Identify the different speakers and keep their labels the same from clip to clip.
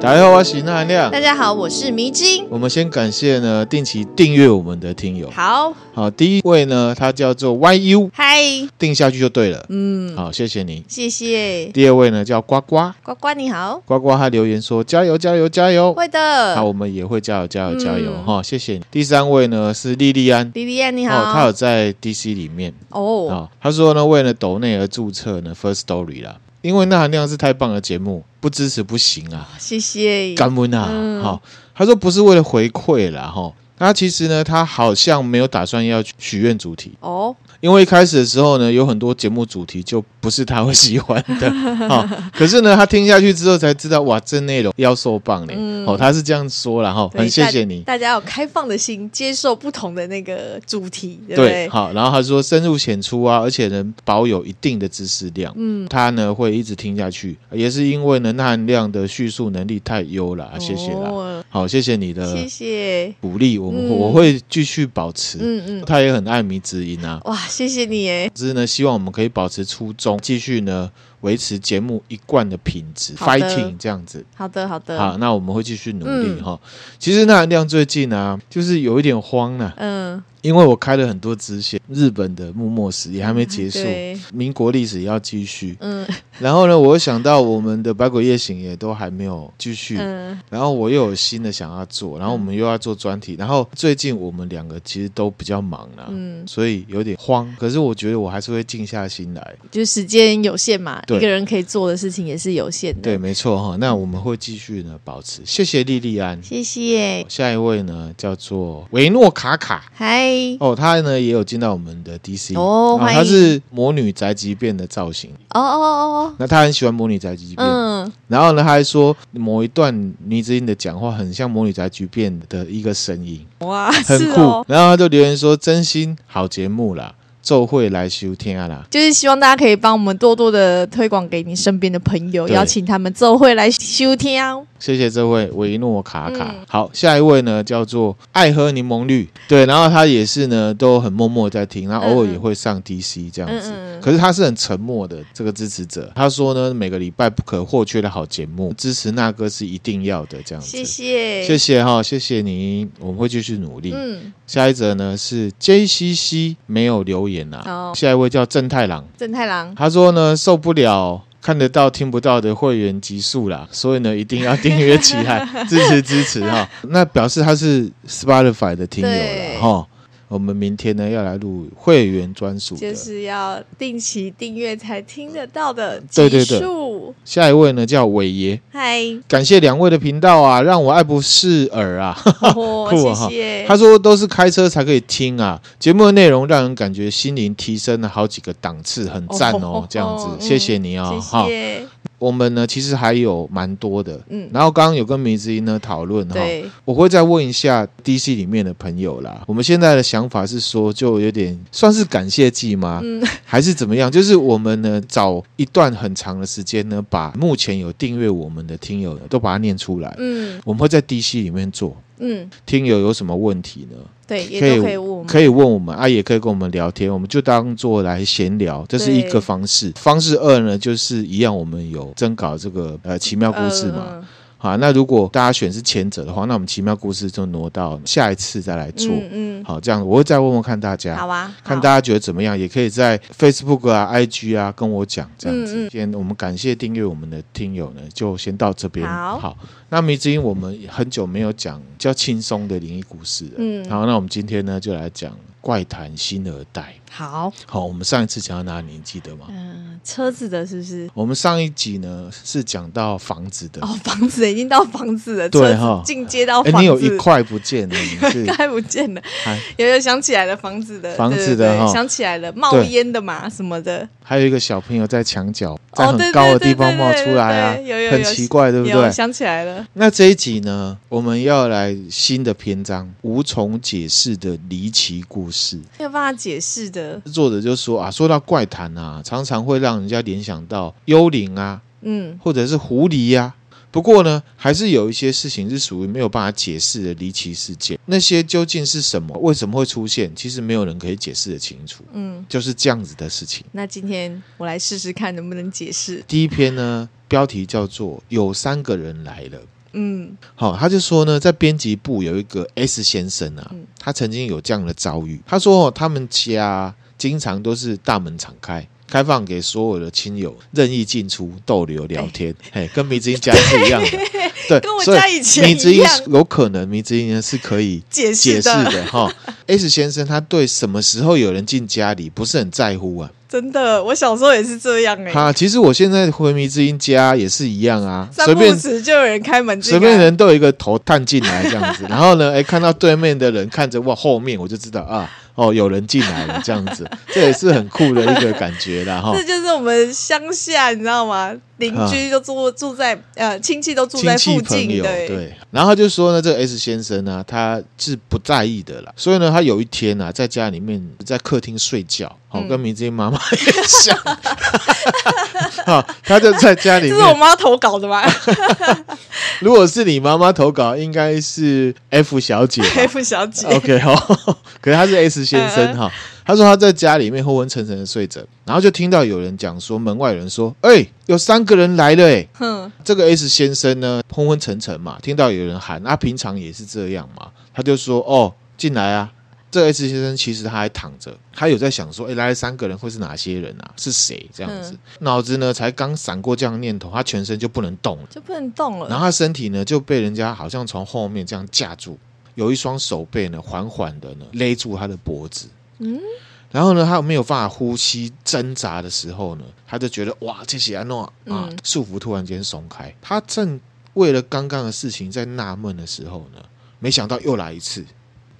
Speaker 1: 大家好，我是那含亮
Speaker 2: 大。家好，我是迷津。
Speaker 1: 我们先感谢呢定期订阅我们的听友。
Speaker 2: 好，
Speaker 1: 好，第一位呢，他叫做 YU，
Speaker 2: 嗨，
Speaker 1: 定下去就对了。
Speaker 2: 嗯，
Speaker 1: 好，谢谢你。
Speaker 2: 谢谢
Speaker 1: 第二位呢叫呱呱，
Speaker 2: 呱呱，你好，
Speaker 1: 呱呱他留言说加油加油加油。
Speaker 2: 会的
Speaker 1: 好，。我们也会加油加油加油
Speaker 2: 嗯
Speaker 1: 哈、谢谢你。第三位呢是莉莉安，
Speaker 2: 莉莉安你
Speaker 1: 哦，他
Speaker 2: 好，
Speaker 1: 有在 DC 里面
Speaker 2: 哦，
Speaker 1: 哦，他说呢为了抖内而注册呢 First Story 啦，因为那含量是太棒的节目，不支持不行啊。
Speaker 2: 谢谢，
Speaker 1: 感恩啊，好、
Speaker 2: 嗯
Speaker 1: 他说不是为了回馈啦，哈、他其实呢，他好像没有打算要许愿主题，
Speaker 2: 哦，
Speaker 1: 因为一开始的时候呢，有很多节目主题就不是他会喜欢 的，哈、可是呢，他听下去之后才知道，哇，这内容要受棒嘞，
Speaker 2: 嗯
Speaker 1: 哦，他是这样说啦，哈、
Speaker 2: 对
Speaker 1: 很谢
Speaker 2: 大
Speaker 1: 谢你。
Speaker 2: 大家有开放的心，接受不同的那个主题，对不
Speaker 1: 对，
Speaker 2: 对？
Speaker 1: 好，然后他说深入浅出啊，而且能保有一定的知识量。
Speaker 2: 嗯，
Speaker 1: 他呢会一直听下去，也是因为呢那含量的叙述能力太优了，啊谢谢啦。呃
Speaker 2: 哦
Speaker 1: 好，谢谢你的
Speaker 2: 谢谢，
Speaker 1: 鼓励，我们、
Speaker 2: 嗯
Speaker 1: 我会继续保持。
Speaker 2: 嗯嗯，
Speaker 1: 他也很爱迷之音啊，
Speaker 2: 哇，谢谢你耶，
Speaker 1: 只是呢，希望我们可以保持初衷，继续呢维持节目一贯的品质
Speaker 2: 好的
Speaker 1: ，fighting 这样子。
Speaker 2: 好的好
Speaker 1: 好，
Speaker 2: 的，
Speaker 1: 那我们会继续努力
Speaker 2: 嗯
Speaker 1: 哈、其实那含量最近啊，就是有一点慌了、
Speaker 2: 嗯，
Speaker 1: 因为我开了很多支线，日本的幕末史也还没结束，
Speaker 2: 嗯对，
Speaker 1: 民国历史也要继续。
Speaker 2: 嗯
Speaker 1: 然后呢，我又想到我们的百鬼夜行也都还没有继续，
Speaker 2: 嗯，
Speaker 1: 然后我又有新的想要做，然后我们又要做专题，然后最近我们两个其实都比较忙啦、
Speaker 2: 嗯
Speaker 1: 所以有点慌。可是我觉得我还是会静下心来。
Speaker 2: 就时间有限嘛，
Speaker 1: 对
Speaker 2: 一个人可以做的事情也是有限的，
Speaker 1: 对，，没错哈。那我们会继续呢，保持。谢谢莉莉安。
Speaker 2: 谢谢，
Speaker 1: 下一位呢叫做维诺卡卡
Speaker 2: 嗨，
Speaker 1: 哦，她呢也有进到我们的 DC
Speaker 2: 哦欢迎
Speaker 1: 她是魔女宅急便的造型。
Speaker 2: 哦哦哦
Speaker 1: 那她很喜欢魔女宅急
Speaker 2: 哦，
Speaker 1: 便，
Speaker 2: 嗯。
Speaker 1: 然后呢，她还说某一段女子音的讲话很像魔女宅急便的一个声音。
Speaker 2: 哇，
Speaker 1: 很
Speaker 2: 是
Speaker 1: 酷。
Speaker 2: 哦，
Speaker 1: 然后他就留言说：“真心好节目啦，咒会来收听啊啦。
Speaker 2: 就是希望大家可以帮我们多多的推广给你身边的朋友，
Speaker 1: 对
Speaker 2: 邀请他们奏会来收听哦。”
Speaker 1: 谢谢这位维诺卡卡。
Speaker 2: 嗯
Speaker 1: 好，下一位呢叫做爱喝柠檬绿，对，然后他也是呢都很默默地在听，然后偶尔
Speaker 2: 嗯嗯
Speaker 1: 也会上 DC 这样子。
Speaker 2: 嗯嗯嗯
Speaker 1: 可是他是很沉默的这个支持者，他说呢每个礼拜不可或缺的好节目，支持那哥是一定要的这样子。
Speaker 2: 谢谢，
Speaker 1: 谢谢哈、谢谢你，我们会继续努力。
Speaker 2: 嗯，
Speaker 1: 下一则呢是 JCC 没有留言啊，
Speaker 2: 哦
Speaker 1: 下一位叫正太郎，
Speaker 2: 正太郎，
Speaker 1: 他说呢，受不了看得到听不到的会员集数啦，所以呢，一定要订阅起 来，支持支持哈、那表示他是 Spotify 的听友了
Speaker 2: 对
Speaker 1: 哈、我们明天呢要来录会员专属的。
Speaker 2: 就是要定期订阅才听得到的
Speaker 1: 对对
Speaker 2: 集
Speaker 1: 对
Speaker 2: 数。
Speaker 1: 下一位呢叫伟爷，
Speaker 2: 嗨，
Speaker 1: 感谢两位的频道啊，让我爱不释耳啊。
Speaker 2: 哦
Speaker 1: 酷哦哈
Speaker 2: 谢谢
Speaker 1: 他，说都是开车才可以听啊，节目的内容让人感觉心灵提升了好几个档次，很赞哦
Speaker 2: 哦，
Speaker 1: 这样子，
Speaker 2: 嗯
Speaker 1: 谢谢你哦，哈
Speaker 2: 谢。谢，
Speaker 1: 我们呢其实还有蛮多的，
Speaker 2: 嗯
Speaker 1: 然后刚刚有跟迷之音呢讨论哈，
Speaker 2: 对，
Speaker 1: 我会再问一下 DC 里面的朋友啦。我们现在的想法是说，就有点算是感谢祭吗？
Speaker 2: 嗯，
Speaker 1: 还是怎么样？就是我们呢找一段很长的时间呢，把目前有订阅我们的听友呢都把它念出来。
Speaker 2: 嗯
Speaker 1: 我们会在 DC 里面做，
Speaker 2: 嗯，
Speaker 1: 听友有什么问题呢？
Speaker 2: 对，也
Speaker 1: 可以
Speaker 2: 都可以问我们，
Speaker 1: 可以问我们啊，也可以跟我们聊天，我们就当做来闲聊，这是一个
Speaker 2: 对
Speaker 1: 方式。方式二呢，就是一样，我们有征稿这个呃奇妙故事嘛。
Speaker 2: 嗯，
Speaker 1: 好，那如果大家选是前者的话，那我们奇妙故事就挪到下一次再来
Speaker 2: 嗯
Speaker 1: 做。
Speaker 2: 嗯，
Speaker 1: 好，这样我会再问问看大
Speaker 2: 嗯
Speaker 1: 家，
Speaker 2: 好啊，
Speaker 1: 看
Speaker 2: 好
Speaker 1: 大家觉得怎么样，也可以在 Facebook 啊、IG 啊跟我讲这样子。
Speaker 2: 嗯嗯
Speaker 1: 先我们感谢订阅我们的听友呢，就先到这边。
Speaker 2: 好
Speaker 1: 那迷之音我们很久没有讲比较轻松的灵异故事了。
Speaker 2: 嗯
Speaker 1: 好，那我们今天呢就来讲怪谈新二代。
Speaker 2: 好，
Speaker 1: 好，我们上一次讲到哪里，你记得吗？
Speaker 2: 嗯，车子的是不是？
Speaker 1: 我们上一集呢是讲到房子的，
Speaker 2: 哦，房子已经到房子了，
Speaker 1: 对哈
Speaker 2: 车子进阶到
Speaker 1: 哎、
Speaker 2: 房子，
Speaker 1: 你有一块不见了，你是
Speaker 2: 该不见了
Speaker 1: 哎，
Speaker 2: 有有想起来了，房子的
Speaker 1: 房
Speaker 2: 对
Speaker 1: 子
Speaker 2: 对
Speaker 1: 的
Speaker 2: 对
Speaker 1: 哈
Speaker 2: 想起来了，冒
Speaker 1: 对
Speaker 2: 烟的嘛什么的，
Speaker 1: 还有一个小朋友在墙角，在
Speaker 2: 哦，
Speaker 1: 很
Speaker 2: 对
Speaker 1: 高
Speaker 2: 对
Speaker 1: 的
Speaker 2: 对
Speaker 1: 地方
Speaker 2: 对
Speaker 1: 冒
Speaker 2: 对
Speaker 1: 出来啊
Speaker 2: 对有有，有
Speaker 1: 很奇怪，对不
Speaker 2: 有
Speaker 1: 对？
Speaker 2: 想起来了，
Speaker 1: 那这一集呢，我们要来新的篇章——无从解释的离奇故事。
Speaker 2: 没有办法解释的，
Speaker 1: 作者就说啊，说到怪谈啊，常常会让人家联想到幽灵啊，
Speaker 2: 嗯
Speaker 1: 或者是狐狸呀、啊。不过呢，还是有一些事情是属于没有办法解释的离奇事件，那些究竟是什么，为什么会出现，其实没有人可以解释得清楚，
Speaker 2: 嗯，
Speaker 1: 就是这样子的事情。
Speaker 2: 那今天我来试试看能不能解释。
Speaker 1: 第一篇呢，标题叫做“有三个人来了”。
Speaker 2: 嗯
Speaker 1: 好、他就说呢，在编辑部有一个 S 先生啊
Speaker 2: 嗯，
Speaker 1: 他曾经有这样的遭遇。他说、哦，他们家经常都是大门敞开，开放给所有的亲友任意进出、逗留、聊 天，嘿，跟迷之音家是一样的。对，
Speaker 2: 跟我
Speaker 1: 所
Speaker 2: 家以前
Speaker 1: 迷之
Speaker 2: 一
Speaker 1: 音
Speaker 2: 样
Speaker 1: 有可能，迷之音呢是可以
Speaker 2: 解
Speaker 1: 解
Speaker 2: 释
Speaker 1: 释
Speaker 2: 的，
Speaker 1: 的哈。S 先生他对什么时候有人进家里不是很在乎啊。
Speaker 2: 真的，我小时候也是这样哎、
Speaker 1: 哈，其实我现在回迷之音家也是一样啊，随
Speaker 2: 三不
Speaker 1: 便
Speaker 2: 五时就有人开门进
Speaker 1: 随
Speaker 2: 来，
Speaker 1: 便人都有一个头探进来这 样子，然后呢，哎，看到对面的人看着哇后面，我就知道啊，哦，有人进来了这样 子，这也是很酷的一个感觉啦哈。
Speaker 2: 这就是我们乡下，你知道吗？邻居都住、住在呃，亲戚 都住
Speaker 1: 亲
Speaker 2: 在
Speaker 1: 戚
Speaker 2: 附
Speaker 1: 朋
Speaker 2: 近，
Speaker 1: 友
Speaker 2: 对，
Speaker 1: 对，然后他就说呢，这个 S 先生呢，他是不在意的啦，所以呢，他有一天啊，在家里面在客厅睡觉，哦，
Speaker 2: 嗯
Speaker 1: 跟明晶妈妈也 像，哈，他就在家里
Speaker 2: 这是我
Speaker 1: 面。
Speaker 2: 妈投稿的吧
Speaker 1: 如果是你妈妈投稿，应该是 F 小姐吧，
Speaker 2: ？F 小姐，
Speaker 1: OK，好，可是他是 S 先生哈，他说他在家里面昏昏沉沉的睡着，然后就听到有人讲说，门外有人说，哎、有三个人来了、哎，
Speaker 2: 哼，
Speaker 1: 这个 S 先生呢昏昏沉沉嘛，听到有人喊，啊，平常也是这样嘛，他就说，哦，进来啊。这个 S 先生其实他还躺着，他有在想说，哎，来了三个人会是哪些人啊？是谁？这样子，脑子呢才刚闪过这样的念头，他全身就不能动了。
Speaker 2: 就不能动了。
Speaker 1: 然后他身体呢就被人家好像从后面这样架住，有一双手背呢缓缓的呢勒住他的脖子，
Speaker 2: 嗯，
Speaker 1: 然后呢他没有办法呼吸挣扎的时候呢，他就觉得哇这些安诺啊
Speaker 2: 嗯
Speaker 1: 束缚突然间松开，他正为了刚刚的事情在纳闷的时候呢，没想到又来一次，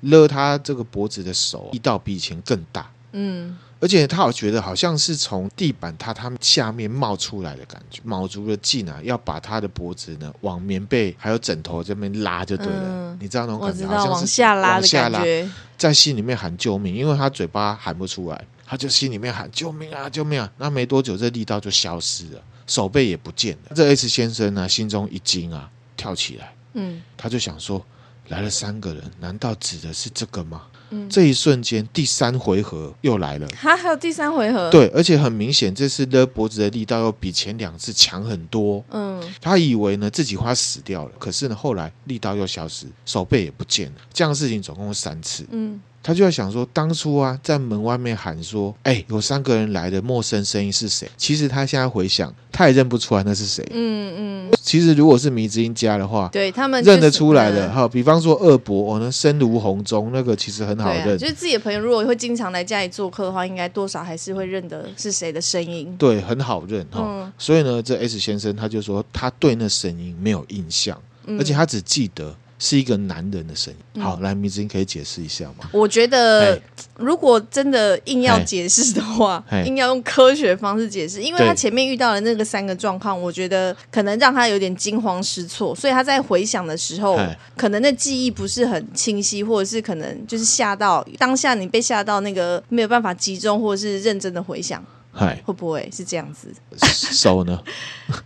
Speaker 1: 勒他这个脖子的手力道比以前更大。
Speaker 2: 嗯，
Speaker 1: 而且他好觉得好像是从地板榻榻米下面冒出来的感觉，卯足了劲啊，要把他的脖子呢往棉被还有枕头这边拉就对了。
Speaker 2: 嗯
Speaker 1: 你知道那种
Speaker 2: 我
Speaker 1: 感
Speaker 2: 知
Speaker 1: 觉，
Speaker 2: 道
Speaker 1: 好像
Speaker 2: 往
Speaker 1: 是
Speaker 2: 下拉
Speaker 1: 往
Speaker 2: 的
Speaker 1: 下
Speaker 2: 感
Speaker 1: 拉，
Speaker 2: 觉，
Speaker 1: 在心里面喊救命，因为他嘴巴喊不出来，他就心里面喊救命啊，救命啊！那没多久，这力道就消失了，手背也不见了。这 S 先生呢、心中一惊啊，跳起来，
Speaker 2: 嗯
Speaker 1: 他就想说，来了三个人，难道指的是这个吗？
Speaker 2: 嗯，
Speaker 1: 这一瞬间，第三回合又来了。
Speaker 2: 还还有第三回合，，
Speaker 1: 对，而且很明显，这次勒脖子的力道要比前两次强很多。
Speaker 2: 嗯
Speaker 1: 他以为呢自己快死掉了，可是呢后来力道又消失，手背也不见了。这样的事情总共三次，
Speaker 2: 嗯
Speaker 1: 他就在想说，当初啊在门外面喊说：“哎、有三个人来的陌生声音是谁？”其实他现在回想，他也认不出来那是谁。
Speaker 2: 嗯嗯，
Speaker 1: 其实如果是迷之音家的话，
Speaker 2: 对他们
Speaker 1: 认
Speaker 2: 就
Speaker 1: 得
Speaker 2: 是
Speaker 1: 出来的
Speaker 2: 嗯
Speaker 1: 哈、比方说二伯，哦，那生如红钟，那个其实很好
Speaker 2: 对啊，
Speaker 1: 认。
Speaker 2: 就是自己的朋友，如果会经常来家里做客的话，应该多少还是会认得是谁的声音。
Speaker 1: 对，很好认哈、
Speaker 2: 嗯
Speaker 1: 所以呢，这 S 先生他就说他对那声音没有印象，
Speaker 2: 嗯
Speaker 1: 而且他只记得是一个男人的声音。
Speaker 2: 嗯呃
Speaker 1: 好，来，明子，你可以解释一下吗？
Speaker 2: 我觉得
Speaker 1: 哎，
Speaker 2: 如果真的硬要
Speaker 1: 哎
Speaker 2: 解释的话
Speaker 1: 哎，
Speaker 2: 硬要用科学方式解释，因为
Speaker 1: 对
Speaker 2: 他前面遇到的那个三个状况，我觉得可能让他有点惊慌失措，所以他在回想的时候
Speaker 1: 哎，
Speaker 2: 可能那记忆不是很清晰，或者是可能就是吓到当下你被吓到那个没有办法集中，或者是认真的回想，
Speaker 1: 嗨，
Speaker 2: 会不会是这样子？
Speaker 1: 手 呢？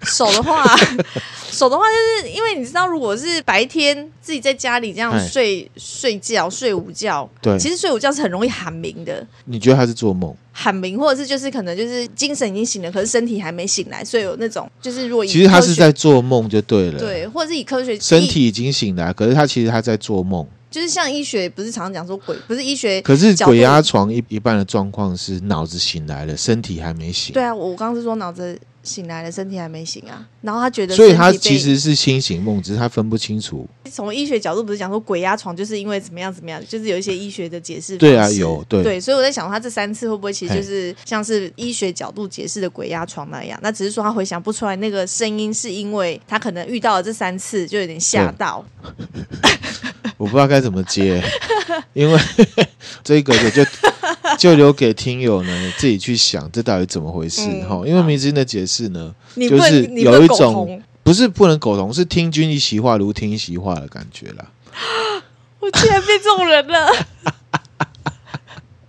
Speaker 2: 手的 话，手的话就是因为你知道，如果是白天自己在家里这样
Speaker 1: 哎
Speaker 2: 睡睡觉、睡午觉，
Speaker 1: 对
Speaker 2: 其实睡午觉是很容易喊鸣的，
Speaker 1: 你觉得他是做梦？
Speaker 2: 喊鸣或者是就是可能就是精神已经醒了，可是身体还没醒来，所以有那种就是如果以
Speaker 1: 其实他
Speaker 2: 科
Speaker 1: 是
Speaker 2: 学
Speaker 1: 在做梦就对了。。
Speaker 2: 对，或者是以科学
Speaker 1: 身
Speaker 2: 医
Speaker 1: 体已经醒来，可是他其实他在做梦。
Speaker 2: 就是像医学不是常常讲说鬼不是医学。
Speaker 1: 可是
Speaker 2: 角度
Speaker 1: 鬼压床一一半的状况是脑子醒来了，身体还没醒。
Speaker 2: 对啊，我我刚刚是说脑子醒来了，身体还没醒啊，然后他觉得，
Speaker 1: 所以他其实是清醒梦，只是他分不清楚。
Speaker 2: 从医学角度不是讲说鬼压床就是因为怎么样怎么样，就是有一些医学的解释方式。
Speaker 1: 对啊，有对
Speaker 2: 对，所以我在想，他这三次会不会其实
Speaker 1: 嘿
Speaker 2: 就是像是医学角度解释的鬼压床那样？那只是说他回想不出来那个声音，是因为他可能遇到了这三次就有点吓到。
Speaker 1: 我不知道该怎么 接，因为 这个的就就留给听友呢自己去想，这到底怎么回事
Speaker 2: 嗯
Speaker 1: 哈、因为明之音的解释呢，
Speaker 2: 你不能，
Speaker 1: 就是
Speaker 2: 你不能
Speaker 1: 有一
Speaker 2: 苟
Speaker 1: 种
Speaker 2: 同，
Speaker 1: 不是不能苟同，是听君一席话如听一席话的感觉啦。
Speaker 2: 我竟然变这种人了。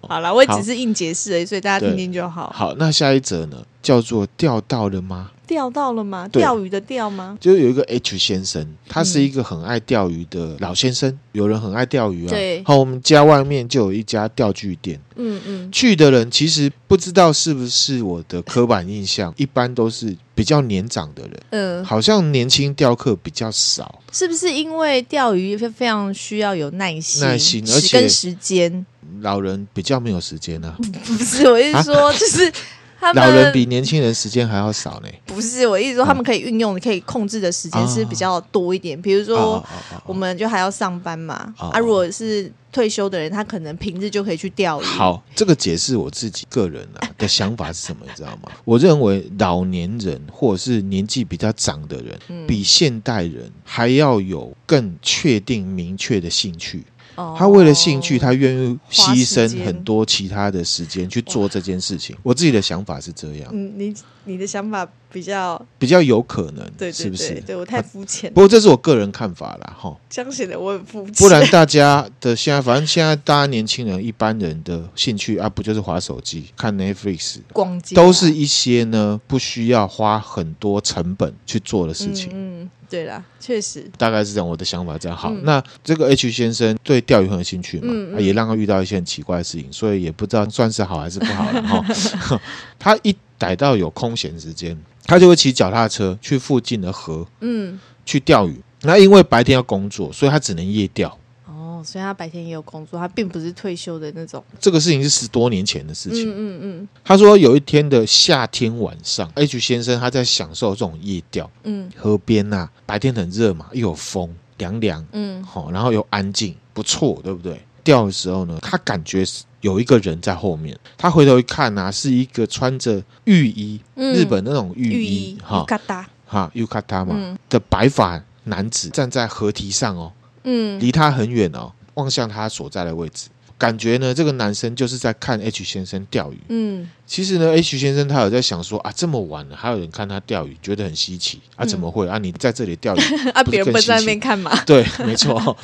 Speaker 2: 好了，我也
Speaker 1: 好
Speaker 2: 只是硬解释而已，所以大家听听就好。
Speaker 1: 好，那下一则呢，叫做钓到了吗？
Speaker 2: 钓到了吗？
Speaker 1: 对
Speaker 2: 钓鱼的钓吗？
Speaker 1: 就是有一个 H 先生，他
Speaker 2: 嗯
Speaker 1: 是一个很爱钓鱼的老先生，有人很爱钓鱼啊。
Speaker 2: 对
Speaker 1: 好，我们家外面就有一家钓具店，
Speaker 2: 嗯嗯，
Speaker 1: 去的人其实不知道是不是我的刻板印象，一般都是比较年长的人，
Speaker 2: 嗯、
Speaker 1: 好像年轻钓客比较少。
Speaker 2: 是不是因为钓鱼非非常需要有耐心、
Speaker 1: 耐心
Speaker 2: 时
Speaker 1: 而且
Speaker 2: 跟时间？
Speaker 1: 老人比较没有时间啊，
Speaker 2: 不是，我一 直说、就是他们
Speaker 1: 老人比年轻人时间还要少呢。
Speaker 2: 不是，我一直说
Speaker 1: 嗯
Speaker 2: 他们可以运用、可以控制的时间是比
Speaker 1: 啊
Speaker 2: 较多一点。比如说，
Speaker 1: 哦哦哦
Speaker 2: 我们就还要上班嘛，
Speaker 1: 哦
Speaker 2: 啊，如果是退休的人，他可能平日就可以去钓鱼。，
Speaker 1: 好，这个解释我自己个人 啊的想法是什么，你知道吗？我认为老年人或者是年纪比较长的人，
Speaker 2: 嗯
Speaker 1: 比现代人还要有更确定明确的兴趣。
Speaker 2: 哦
Speaker 1: 他为了兴趣，他愿意牺
Speaker 2: 花时
Speaker 1: 牲
Speaker 2: 间
Speaker 1: 很多其他的时间去做这件事情。我自己的想法是这样，
Speaker 2: 哦嗯，你你的想法比较
Speaker 1: 比较有可能，
Speaker 2: 对对对，
Speaker 1: 是不是？啊
Speaker 2: 对我太肤浅
Speaker 1: 不过
Speaker 2: 了，
Speaker 1: 这是我个人看法啦，哈。
Speaker 2: 这样显得我很肤浅。
Speaker 1: 不然大家的现在，反正现在大家年轻人、一般人的兴趣啊，不就是划手机、看 Netflix，
Speaker 2: 逛街啊
Speaker 1: 都是一些呢不需要花很多成本去做的事情。
Speaker 2: 嗯嗯，对啦，确实，
Speaker 1: 大概是这样，我的想法这样。好，
Speaker 2: 嗯
Speaker 1: 那这个 H 先生对钓鱼很有兴趣嘛，
Speaker 2: 嗯嗯
Speaker 1: 啊也让他遇到一些很奇怪的事情，所以也不知道算是好还是不好了 哈。他一逮到有空闲时间，他就会骑脚踏车去附近的河
Speaker 2: 嗯，
Speaker 1: 去钓鱼。那因为白天要工作，所以他只能夜钓。
Speaker 2: 哦，所以他白天也有工作，他并不是退休的那种。
Speaker 1: 这个事情是十多年前的事情。
Speaker 2: 嗯嗯
Speaker 1: 他说有一天的夏天晚上，H 先生他在享受这种夜钓，
Speaker 2: 嗯
Speaker 1: 河边呐、白天很热嘛，又有风，凉凉，
Speaker 2: 嗯嗯，
Speaker 1: 好、然后又安静，不错，对不对？钓的时候呢，他感觉是有一个人在后面，他回头一看啊，是一个穿着浴衣，
Speaker 2: 嗯
Speaker 1: 日本那种浴
Speaker 2: 浴
Speaker 1: 衣
Speaker 2: 衣，
Speaker 1: 哈
Speaker 2: 嘎哒，
Speaker 1: 哈 y u k a t a 嘛、
Speaker 2: 嗯
Speaker 1: 的白发男子站在河堤上哦，
Speaker 2: 嗯
Speaker 1: 离他很远哦，望向他所在的位置，感觉呢，这个男生就是在看 H 先生钓鱼。
Speaker 2: 嗯
Speaker 1: 其实呢，H 先生他有在想说啊，这么晚了还有人看他钓鱼，觉得很稀奇啊，
Speaker 2: 嗯
Speaker 1: 怎么会啊？你在这里钓鱼，
Speaker 2: 啊，
Speaker 1: 不是
Speaker 2: 别人
Speaker 1: 更
Speaker 2: 不在
Speaker 1: 稀
Speaker 2: 那边看嘛，
Speaker 1: 对，没错。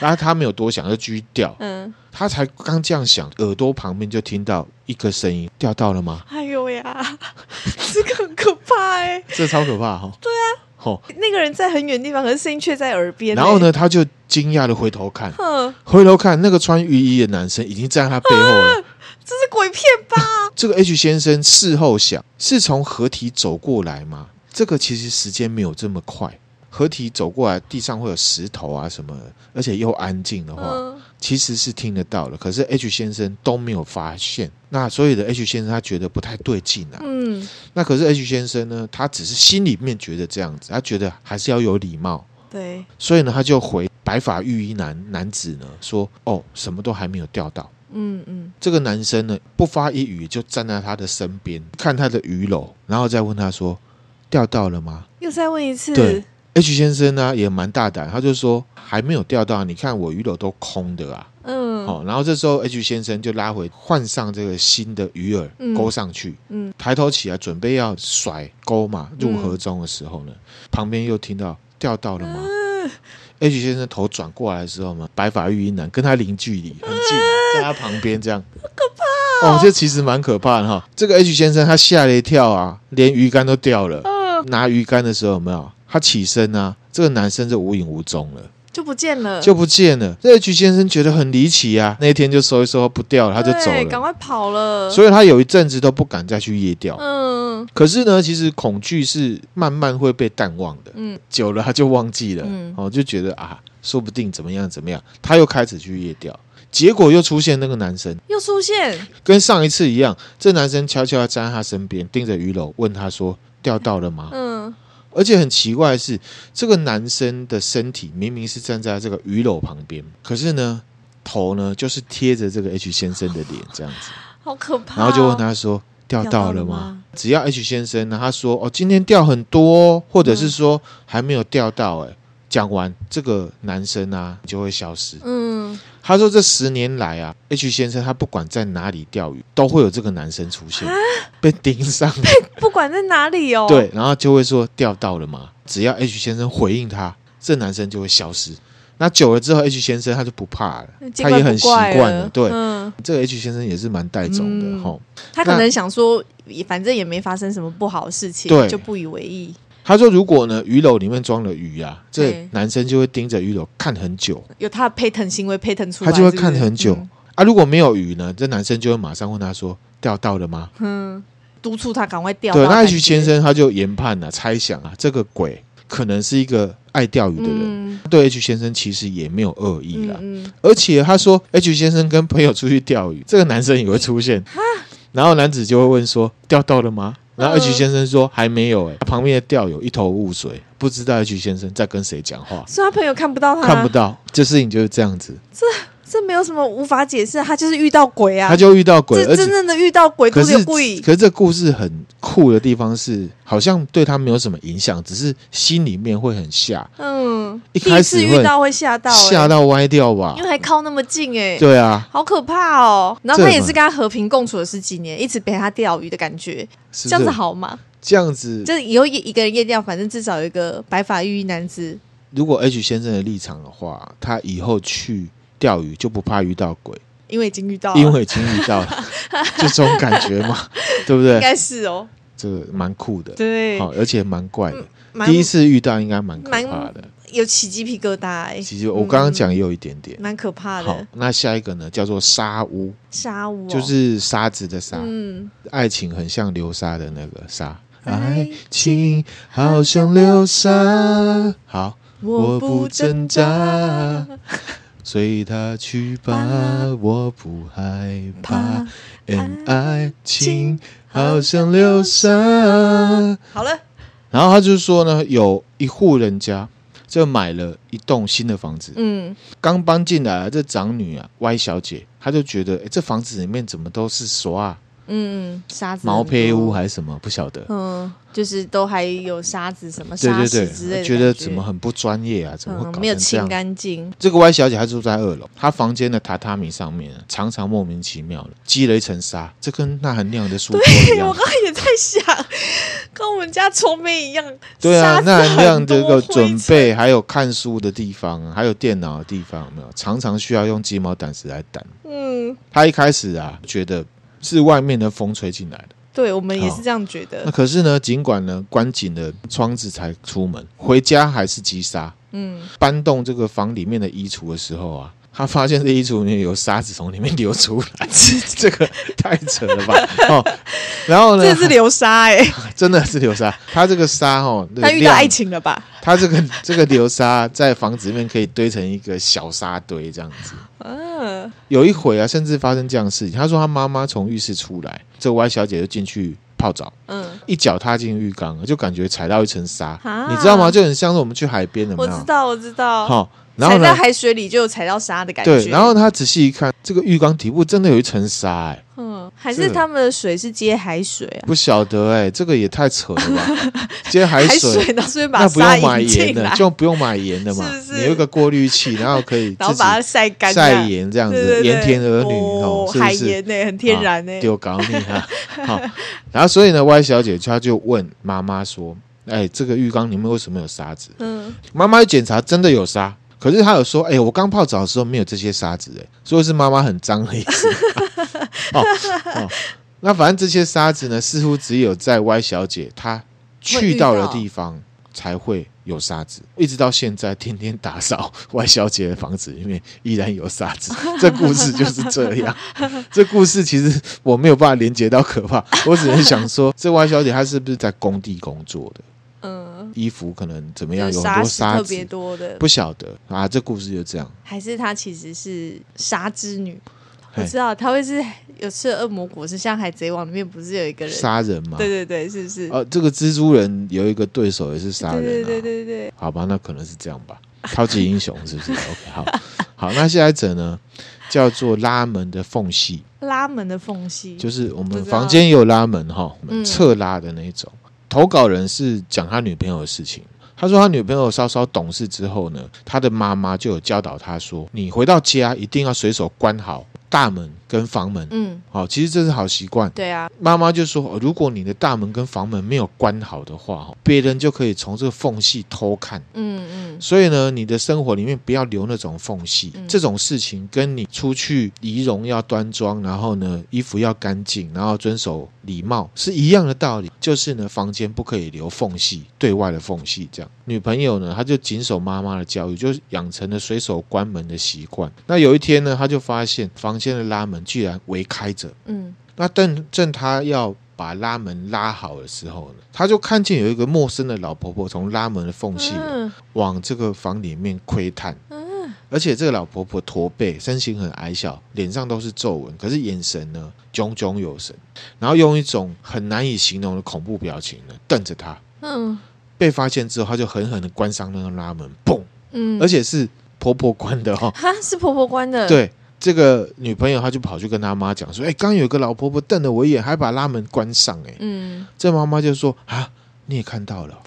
Speaker 1: 然后他没有多想，就继续钓。
Speaker 2: 嗯，
Speaker 1: 他才刚这样想，耳朵旁边就听到一个声音：“钓到了吗
Speaker 2: 哎呦呀， 这个很可怕哎、？”
Speaker 1: 这超可怕哈、哦。对啊，哦。
Speaker 2: 那个人在很远的地方，可是声音却在耳边、欸
Speaker 1: 然后？呢，他就惊讶的回头看，
Speaker 2: 哼，
Speaker 1: 回头看那个穿浴衣的男生已经站在他背后 了。
Speaker 2: 这是鬼片吧？
Speaker 1: 这个 H 先生事后想，是从河堤走过来吗？这个其实时间没有这么快。河堤走过来，地上会有石头啊什么的，而且又安静的话，
Speaker 2: 嗯
Speaker 1: 其实是听得到了，可是 H 先生都没有发现。那所以的 H 先生他觉得不太对劲啊。
Speaker 2: 嗯，
Speaker 1: 那可是 H 先生呢，他只是心里面觉得这样子，他觉得还是要有礼貌，
Speaker 2: 对，
Speaker 1: 所以呢，他就回白发御衣男男子呢说：“哦，什么都还没有钓到。
Speaker 2: 嗯嗯”
Speaker 1: 这个男生呢不发一语，就站在他的身边看他的鱼篓，然后再问他说：“钓到了吗
Speaker 2: 又再问一次，
Speaker 1: 对？”H 先生呢也蛮大胆，他就说：“还没有钓到，你看我鱼篓都空的啊。”
Speaker 2: 嗯，
Speaker 1: 哦，然后这时候 H 先生就拉回，换上这个新的鱼饵
Speaker 2: 嗯
Speaker 1: 钩上去，
Speaker 2: 嗯，
Speaker 1: 抬头起来准备要甩钩嘛，入河中的时候呢，旁边又听到钓到了吗、h 先生头转过来的时候嘛，白发御衣男跟他零距离，很近，在他旁边这样，可怕哦！这其实蛮可怕的哈、这个 H 先生他吓了一跳啊，连鱼竿都掉了。
Speaker 2: 哦
Speaker 1: 拿鱼竿的时候有没有？他起身啊，这个男生就无影无踪了。
Speaker 2: 就不见了，
Speaker 1: 就不见了。这 H 先生觉得很离奇啊，那一天就收一收不掉了，他就走
Speaker 2: 对
Speaker 1: 了。
Speaker 2: 赶快跑了。以，
Speaker 1: 所以他有一阵子都不敢再去夜钓。
Speaker 2: 嗯
Speaker 1: 可是呢，其实恐惧是慢慢会被淡忘的，
Speaker 2: 嗯
Speaker 1: 久了他就忘记了，
Speaker 2: 嗯
Speaker 1: 哦，就觉得啊，说不定怎么样怎么样，他又开始去夜钓。结果又出现那个男生，
Speaker 2: 又出现，
Speaker 1: 跟上一次一样，这男生悄悄地站在他身边，盯着鱼篓问他说：“钓到了吗？”
Speaker 2: 嗯
Speaker 1: 而且很奇怪的是，这个男生的身体明明是站在这个鱼篓旁边，可是呢，头呢就是贴着这个 H 先生的脸这样子，
Speaker 2: 好可怕哦。
Speaker 1: 然后就问他说：“钓到
Speaker 2: 钓
Speaker 1: 了
Speaker 2: 到了
Speaker 1: 吗
Speaker 2: 吗？”
Speaker 1: 只要 H 先生呢，他说：“哦，今天钓很多哦、或者是说
Speaker 2: 嗯
Speaker 1: 还没有钓到、欸。”哎，讲完这个男生啊就会消失。
Speaker 2: 嗯，
Speaker 1: 他说这十年来啊，H 先生他不管在哪里钓鱼，都会有这个男生出
Speaker 2: 啊
Speaker 1: 现，被盯上 了。
Speaker 2: 不管在哪里哦，，
Speaker 1: 对，然后就会说钓到了吗？只要 H 先生回应他，这男生就会消失。那久了之后，H 先生他就不怕了，
Speaker 2: 见
Speaker 1: 他
Speaker 2: 怪
Speaker 1: 也
Speaker 2: 不
Speaker 1: 很习
Speaker 2: 怪
Speaker 1: 惯
Speaker 2: 了
Speaker 1: 了。对，
Speaker 2: 嗯，
Speaker 1: 这个 H 先生也是蛮带种的
Speaker 2: 嗯
Speaker 1: 哈、
Speaker 2: 他可
Speaker 1: 那
Speaker 2: 能想说，也反正也没发生什么不好的事情，
Speaker 1: 对
Speaker 2: 就不以为意。
Speaker 1: 他说，如果呢鱼篓里面装了鱼啊，
Speaker 2: 对
Speaker 1: 这男生就会盯着鱼篓看很久
Speaker 2: 有他的 pattern 行为 pattern 出来，
Speaker 1: 他就会
Speaker 2: 是不是
Speaker 1: 看很久
Speaker 2: 嗯
Speaker 1: 啊。如果没有鱼呢，这男生就会马上问他说钓到了吗？
Speaker 2: 嗯，督促他赶快钓到
Speaker 1: 对，
Speaker 2: 感觉。
Speaker 1: 那 H 先生他就研判了、猜想啊，这个鬼可能是一个爱钓鱼的人。
Speaker 2: 嗯
Speaker 1: 对 H 先生其实也没有恶意啦，
Speaker 2: 嗯嗯，
Speaker 1: 而且他说 H 先生跟朋友出去钓鱼，这个男生也会出现，然后男子就会问说钓到了吗？然后
Speaker 2: 嗯
Speaker 1: H 先生说还没有、欸，哎，旁边的钓友一头雾水，不知道 H 先生在跟谁讲话，
Speaker 2: 所以他朋友看不到他，
Speaker 1: 看不，到，这事情就是这样子，
Speaker 2: 这没有什么无法解释，他就是遇到鬼啊，
Speaker 1: 他就遇到鬼，
Speaker 2: 这
Speaker 1: 而
Speaker 2: 真
Speaker 1: 且
Speaker 2: 正的遇到鬼都
Speaker 1: 可是
Speaker 2: 有故意，
Speaker 1: 可是这故事很酷的地方是，好像对他没有什么影响，只是心里面会很吓，
Speaker 2: 嗯，
Speaker 1: 一
Speaker 2: 第
Speaker 1: 开
Speaker 2: 一
Speaker 1: 始
Speaker 2: 次遇
Speaker 1: 会
Speaker 2: 到会吓到、欸，
Speaker 1: 吓到歪掉吧
Speaker 2: 因，为还靠那么近哎、
Speaker 1: 对啊，
Speaker 2: 好可怕哦！然后
Speaker 1: 这
Speaker 2: 他也是
Speaker 1: 嘛
Speaker 2: 跟他和平共处了十几年，一直陪他钓鱼的感觉，
Speaker 1: 是
Speaker 2: 这
Speaker 1: 不
Speaker 2: 样
Speaker 1: 是
Speaker 2: 子好吗？
Speaker 1: 这样子
Speaker 2: 就是以后一一个人夜钓，反正至少有一个白发御衣男子，
Speaker 1: 如果 H 先生的立场的话，他以后去钓鱼就不怕遇到鬼，
Speaker 2: 因为已经遇到了，
Speaker 1: 因为已经遇到 了，就这种感觉嘛，对不
Speaker 2: 应
Speaker 1: 对？
Speaker 2: 该是哦，
Speaker 1: 这个蛮酷的，
Speaker 2: 对，嗯
Speaker 1: 好，而且蛮怪的。
Speaker 2: 蛮
Speaker 1: 第一次遇到应该蛮可怕
Speaker 2: 蛮
Speaker 1: 的，
Speaker 2: 有起鸡皮疙瘩、欸，
Speaker 1: 其实我刚刚讲也有一点点。
Speaker 2: 嗯蛮可怕
Speaker 1: 好
Speaker 2: 的，
Speaker 1: 那下一个呢，叫做沙屋，
Speaker 2: 沙屋、哦、
Speaker 1: 就是沙子的沙，
Speaker 2: 嗯，
Speaker 1: 爱情很像流沙的那个沙。
Speaker 2: 爱
Speaker 1: 爱情好像流沙，好，
Speaker 2: 我不挣扎，
Speaker 1: 随他去吧
Speaker 2: 吧，
Speaker 1: 我不害怕
Speaker 2: 怕。
Speaker 1: and 爱情
Speaker 2: 好
Speaker 1: 好像流沙。
Speaker 2: 好了，
Speaker 1: 然后他就说呢，有一户人家就买了一栋新的房子，
Speaker 2: 嗯，
Speaker 1: 刚搬进来，这长女啊，Y 小姐，她就觉得，哎，这房子里面怎么都是啥啊，
Speaker 2: 嗯，沙子
Speaker 1: 毛坯屋
Speaker 2: 还
Speaker 1: 还是什么，不晓得。
Speaker 2: 嗯，就是都还有沙子什么
Speaker 1: 对
Speaker 2: 沙
Speaker 1: 对
Speaker 2: 石之类
Speaker 1: 对，
Speaker 2: 的，
Speaker 1: 觉得怎么。很不专业啊，怎么会
Speaker 2: 嗯，
Speaker 1: 搞
Speaker 2: 没有
Speaker 1: 成这
Speaker 2: 清
Speaker 1: 样？
Speaker 2: 干净，
Speaker 1: 这个 Y 小姐她住在二楼，她房间的榻榻米上面常常莫名其妙的积了一层沙，这跟那含量的书桌一
Speaker 2: 哎我
Speaker 1: 样。
Speaker 2: 刚刚也在想，跟我们家床边一样，
Speaker 1: 对啊，
Speaker 2: 沙子
Speaker 1: 那含量
Speaker 2: 很
Speaker 1: 这
Speaker 2: 多
Speaker 1: 个
Speaker 2: 灰
Speaker 1: 准
Speaker 2: 尘，
Speaker 1: 备还有看书的地方，啊还有电脑的地方，有没有常常需要用鸡毛掸子来掸。
Speaker 2: 嗯，
Speaker 1: 她一开始啊觉得是外面的风吹进来的，
Speaker 2: 对我们也是
Speaker 1: 好
Speaker 2: 这样觉
Speaker 1: 那
Speaker 2: 得，
Speaker 1: 可是呢，尽管呢关紧了窗子才出门，回家还是积沙。
Speaker 2: 嗯，
Speaker 1: 搬动这个房里面的衣橱的时候啊，他发现这衣橱里面有沙子从里面流出来， 这个太扯了吧？哦，然后呢
Speaker 2: 这，是流沙哎、
Speaker 1: 真的是流沙，他这个沙哦，那个
Speaker 2: 他遇到
Speaker 1: 量
Speaker 2: 爱，情了吧？
Speaker 1: 他这个 这个流沙在房子里面可以堆成一个小沙堆这样子。
Speaker 2: 嗯、
Speaker 1: 有一回啊，甚至发生这样的事情，他说他妈妈从浴室出来，这 Y 小姐就进去泡澡。
Speaker 2: 嗯，
Speaker 1: 一脚踏进浴缸，就感觉踩到一层沙，
Speaker 2: 啊
Speaker 1: 你知道吗？就很像是我们去海边的，
Speaker 2: 我知道，我知道，
Speaker 1: 好、然后
Speaker 2: 踩在
Speaker 1: 呢？
Speaker 2: 海水里就有踩到沙的感觉，
Speaker 1: 对，然后他仔细一看，这个浴缸底部真的有一层沙、哎，
Speaker 2: 嗯，还
Speaker 1: 这
Speaker 2: 是
Speaker 1: 个
Speaker 2: 他们的水是接海水啊，
Speaker 1: 不晓得、哎，这个也太扯了 吧！接海
Speaker 2: 海
Speaker 1: 水
Speaker 2: 然后顺便把
Speaker 1: 那不
Speaker 2: 沙
Speaker 1: 用买
Speaker 2: 引
Speaker 1: 盐
Speaker 2: 进
Speaker 1: 的
Speaker 2: 来，，
Speaker 1: 就不用买盐的嘛，
Speaker 2: 是不是
Speaker 1: 你有一个过滤器，然后可以
Speaker 2: 然后
Speaker 1: 自
Speaker 2: 把它
Speaker 1: 己
Speaker 2: 晒干，
Speaker 1: 晒盐这样
Speaker 2: 这样，
Speaker 1: 子，
Speaker 2: 对对对
Speaker 1: 盐田儿女
Speaker 2: 哦
Speaker 1: 哦，是不
Speaker 2: 海
Speaker 1: 是？
Speaker 2: 盐呢、很天然哎呢、
Speaker 1: 丢搞你啊！好，然后所以呢，Y 小姐她就问妈妈说：“哎，这个浴缸里面为什么有沙子？”
Speaker 2: 嗯，
Speaker 1: 妈妈去检查，真的有沙。可是她有说，哎、我刚泡澡的时候没有这些沙子、哎，所以是妈妈很脏的意思。哦哦，那反正这些沙子呢，似乎只有在 Y 小姐她去到的地方才会有沙子，一直到现在天天打扫 Y 小姐的房子里面依然有沙子。这故事就是这样。这故事其实我没有办法连接到可怕，我只能想说，这 Y 小姐她是不是在工地工作的？
Speaker 2: 嗯，
Speaker 1: 衣服可能怎么样，
Speaker 2: 就
Speaker 1: 有
Speaker 2: 是
Speaker 1: 很多
Speaker 2: 沙是
Speaker 1: 沙
Speaker 2: 特
Speaker 1: 子
Speaker 2: 别，多的，
Speaker 1: 不晓得啊，这故事就这样。
Speaker 2: 还是她其实是沙之女。我
Speaker 1: 嘿
Speaker 2: 知道她会是有吃了恶魔果实，像海贼王里面不是有一个人？
Speaker 1: 杀人嘛，
Speaker 2: 对对对，是不是？
Speaker 1: 呃，这个蜘蛛人有一个对手也是杀人、啊，
Speaker 2: 对对对对对，
Speaker 1: 好吧，那可能是这样吧。超级英雄是不 是？OK，好，好，那下一则呢，叫做拉门的缝隙，
Speaker 2: 拉门的缝隙，
Speaker 1: 就是我
Speaker 2: 不
Speaker 1: 们
Speaker 2: 知道
Speaker 1: 房间有拉门哈，我们
Speaker 2: 嗯
Speaker 1: 侧拉的那一种。投稿人是讲他女朋友的事情。他说他女朋友稍稍懂事之后呢，他的妈妈就有教导他说：“你回到家一定要随手关好大门跟房门。
Speaker 2: 嗯，
Speaker 1: 好、其实这是好习惯。
Speaker 2: 对啊，
Speaker 1: 妈妈就说，哦如果你的大门跟房门没有关好的话，哦别人就可以从这个缝隙偷看。
Speaker 2: 嗯嗯，
Speaker 1: 所以呢，你的生活里面不要留那种缝隙。
Speaker 2: 嗯
Speaker 1: 这种事情跟你出去仪容要端庄，然后呢衣服要干净，然后遵守礼貌是一样的道理。就是呢，房间不可以留缝隙，对外的缝隙。这样，女朋友呢，她就谨守妈妈的教育，就养成了随手关门的习惯。那有一天呢，她就发现房间的拉门居然围开着。
Speaker 2: 嗯
Speaker 1: 那正正他要把拉门拉好的时候呢，他就看见有一个陌生的老婆婆从拉门的缝隙
Speaker 2: 嗯
Speaker 1: 往这个房里面窥探。
Speaker 2: 嗯
Speaker 1: 而且这个老婆婆驼背，身形很矮小，脸上都是皱纹，可是眼神呢炯炯有神，然后用一种很难以形容的恐怖表情呢瞪着他。
Speaker 2: 嗯
Speaker 1: 被发现之后，他就狠狠的关上那个拉门，砰！
Speaker 2: 嗯，
Speaker 1: 而且是婆婆关的哦。
Speaker 2: 哈是婆婆关的，，
Speaker 1: 对，这个女朋友她就跑去跟她妈讲说：“哎、刚有个老婆婆瞪了我一眼，还把拉门关上、哎，
Speaker 2: 嗯
Speaker 1: 这妈妈就说：“啊，你也看到了哦。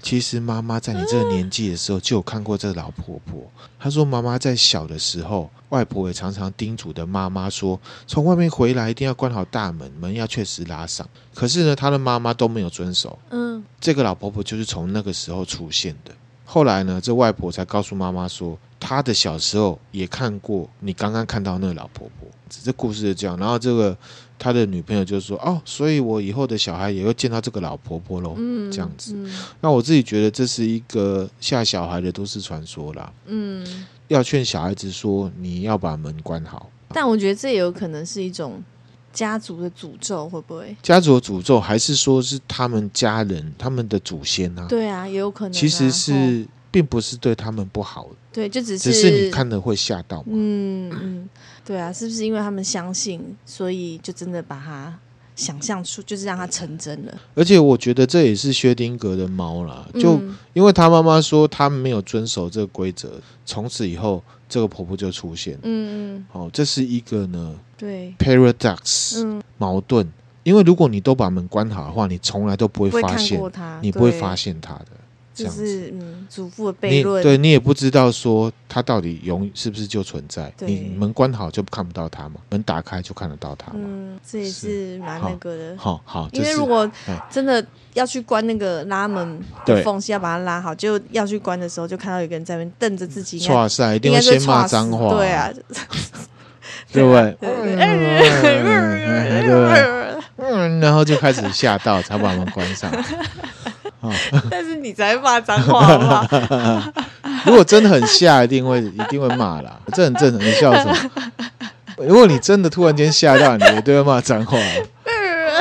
Speaker 1: 其实妈妈在你这个年纪的时候就有看过这老婆婆。她说妈妈在小的时候，外婆也常常叮嘱的妈妈说，从外面回来一定要关好大门，门要确实拉上。可是呢，她的妈妈都没有遵守。
Speaker 2: 嗯
Speaker 1: 这个老婆婆就是从那个时候出现的。后来呢，这外婆才告诉妈妈说，她的小时候也看过你刚刚看到那个老婆婆。这故事就这样。然后这个她的女朋友就说：“哦，所以我以后的小孩也会见到这个老婆婆喽。
Speaker 2: 嗯，
Speaker 1: 这样子
Speaker 2: 嗯，
Speaker 1: 那我自己觉得这是一个吓小孩的都市传说啦。
Speaker 2: 嗯，
Speaker 1: 要劝小孩子说，你要把门关好。
Speaker 2: 但我觉得这也有可能是一种家族的诅咒，会不会？
Speaker 1: 家族的诅咒还是说是他们家人、他们的祖先啊？
Speaker 2: 对啊，也有可能啊、
Speaker 1: 其实
Speaker 2: 吼
Speaker 1: 是并不是对他们不好的。
Speaker 2: 对，就只是
Speaker 1: 只是你看了会吓到嘛。
Speaker 2: 嗯嗯，对啊，是不是因为他们相信，所以就真的把它想象出，就是让它成真了？
Speaker 1: 而且我觉得这也是薛丁格的猫啦，就
Speaker 2: 嗯
Speaker 1: 因为他妈妈说他没有遵守这个规则，从此以后这个婆婆就出现。
Speaker 2: 嗯，嗯
Speaker 1: 哦，这是一个呢
Speaker 2: 对，
Speaker 1: paradox
Speaker 2: 嗯，
Speaker 1: 矛盾，因为如果你都把门关好的话，你从来都不会
Speaker 2: 不会
Speaker 1: 发
Speaker 2: 看
Speaker 1: 现
Speaker 2: 过，它，
Speaker 1: 你不会
Speaker 2: 对
Speaker 1: 发，现它的。这
Speaker 2: 就
Speaker 1: 样子，
Speaker 2: 是嗯，祖父的
Speaker 1: 你
Speaker 2: 悖论，
Speaker 1: 对你也不知道说它到底永是不是就存在。
Speaker 2: 对
Speaker 1: 你门关好就看不到它嘛，门打开就看得到它嘛。
Speaker 2: 嗯，这也
Speaker 1: 是
Speaker 2: 是蛮
Speaker 1: 好
Speaker 2: 那个的。
Speaker 1: 好好，
Speaker 2: 嗯因
Speaker 1: 这
Speaker 2: 为
Speaker 1: 是
Speaker 2: 如果
Speaker 1: 哎
Speaker 2: 真的要去关那个拉门
Speaker 1: 对
Speaker 2: 的缝隙，要把它拉好，就要去关的时候，就看到有个人在那边瞪着自己，应该
Speaker 1: 哇塞，一定
Speaker 2: 应该
Speaker 1: 会
Speaker 2: 是
Speaker 1: 先骂
Speaker 2: 猝死
Speaker 1: 脏话，
Speaker 2: 对啊，
Speaker 1: 对不对？
Speaker 2: 对对
Speaker 1: 嗯对不对？嗯，然后就开始吓到，才把门关上。
Speaker 2: 但是你才骂脏话好不好？
Speaker 1: 如果真的很吓，一定会一定会骂啦，这很正常。你笑什么？如果你真的突然间吓到，你一定会骂脏话。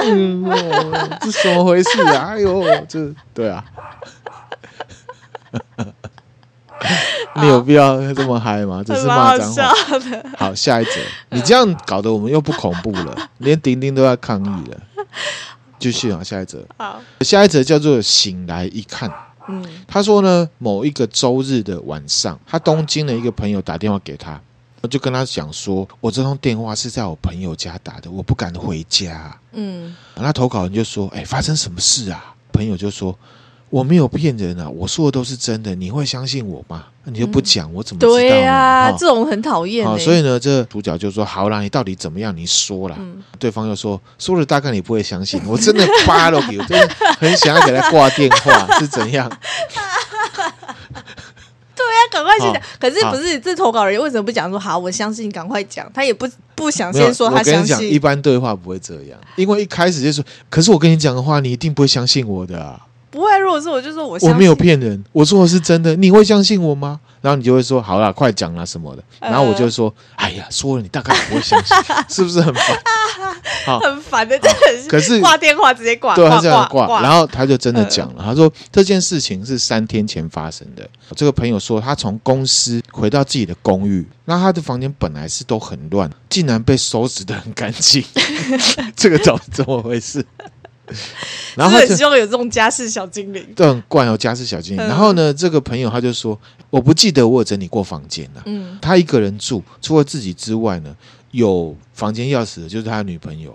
Speaker 1: 嗯，哦这什么回事啊？哎呦，这对啊，你有必要这么嗨吗？只是
Speaker 2: 蛮
Speaker 1: 骂
Speaker 2: 好
Speaker 1: 脏
Speaker 2: 笑
Speaker 1: 话。
Speaker 2: 的。
Speaker 1: 好，下一则，你这样搞得我们又不恐怖了，连丁丁都要抗议了。继续啊，下一则，
Speaker 2: 好，
Speaker 1: 下一则叫做“醒来一看”。
Speaker 2: 嗯
Speaker 1: 他说呢，某一个周日的晚上，他东京的一个朋友打电话给他，我就跟他讲说，我这通电话是在我朋友家打的，我不敢回家。
Speaker 2: 嗯
Speaker 1: 那投稿人就说，哎，发生什么事啊？朋友就说。我没有骗人啊，我说的都是真的，你会相信我吗？那你就不讲，我怎么知道呢？
Speaker 2: 嗯
Speaker 1: 哦
Speaker 2: 对啊呀、
Speaker 1: 哈
Speaker 2: 这种很讨厌、
Speaker 1: 好、
Speaker 2: 欸。
Speaker 1: 所以呢，这主角就说：“好啦，你到底怎么样？你说啦。
Speaker 2: 嗯
Speaker 1: 对方又说：“说了大概你不会相信，我 真的扒了你，我真的很想要给他挂电话，是怎样？
Speaker 2: 他赶快去讲
Speaker 1: 好，
Speaker 2: 可是
Speaker 1: 好
Speaker 2: 不是这投稿人为什么不讲说好？我相信，赶快讲。他也不不想
Speaker 1: 没有
Speaker 2: 先说 他
Speaker 1: 我跟
Speaker 2: 相
Speaker 1: 你讲，一
Speaker 2: 信，
Speaker 1: 般对话不会这样，因为一开始就说：“可是我跟你讲的话，你一定不会相信我的、啊，
Speaker 2: 不会。如果说我就说我相
Speaker 1: 我
Speaker 2: 信，
Speaker 1: 没有骗人，我说的是真的，你会相信我吗？”然后你就会说：“好啦，快讲啦什么的。”
Speaker 2: 呃
Speaker 1: 然后我就说：“哎呀，说了你大概不会相信， 是不是很烦？”好，
Speaker 2: 很烦的，真的是。
Speaker 1: 可是
Speaker 2: 挂电话直接挂，
Speaker 1: 对
Speaker 2: 挂
Speaker 1: 他这样
Speaker 2: 挂嗯
Speaker 1: 挂，然后他就真的讲了，他说这件事情是三天前发生的。这个朋友说，他从公司回到自己的公寓，那他的房间本来是都很乱，竟然被收拾的很干 净，这个怎怎么回事？然后他
Speaker 2: 是很
Speaker 1: 就
Speaker 2: 希望有这种家事小精灵。
Speaker 1: 都很怪哦，家事小精灵。
Speaker 2: 嗯
Speaker 1: 然后呢，这个朋友他就说，我不记得我有整理过房间了、
Speaker 2: 嗯
Speaker 1: 他一个人住，除了自己之外呢，有房间钥匙的就是他的女朋友。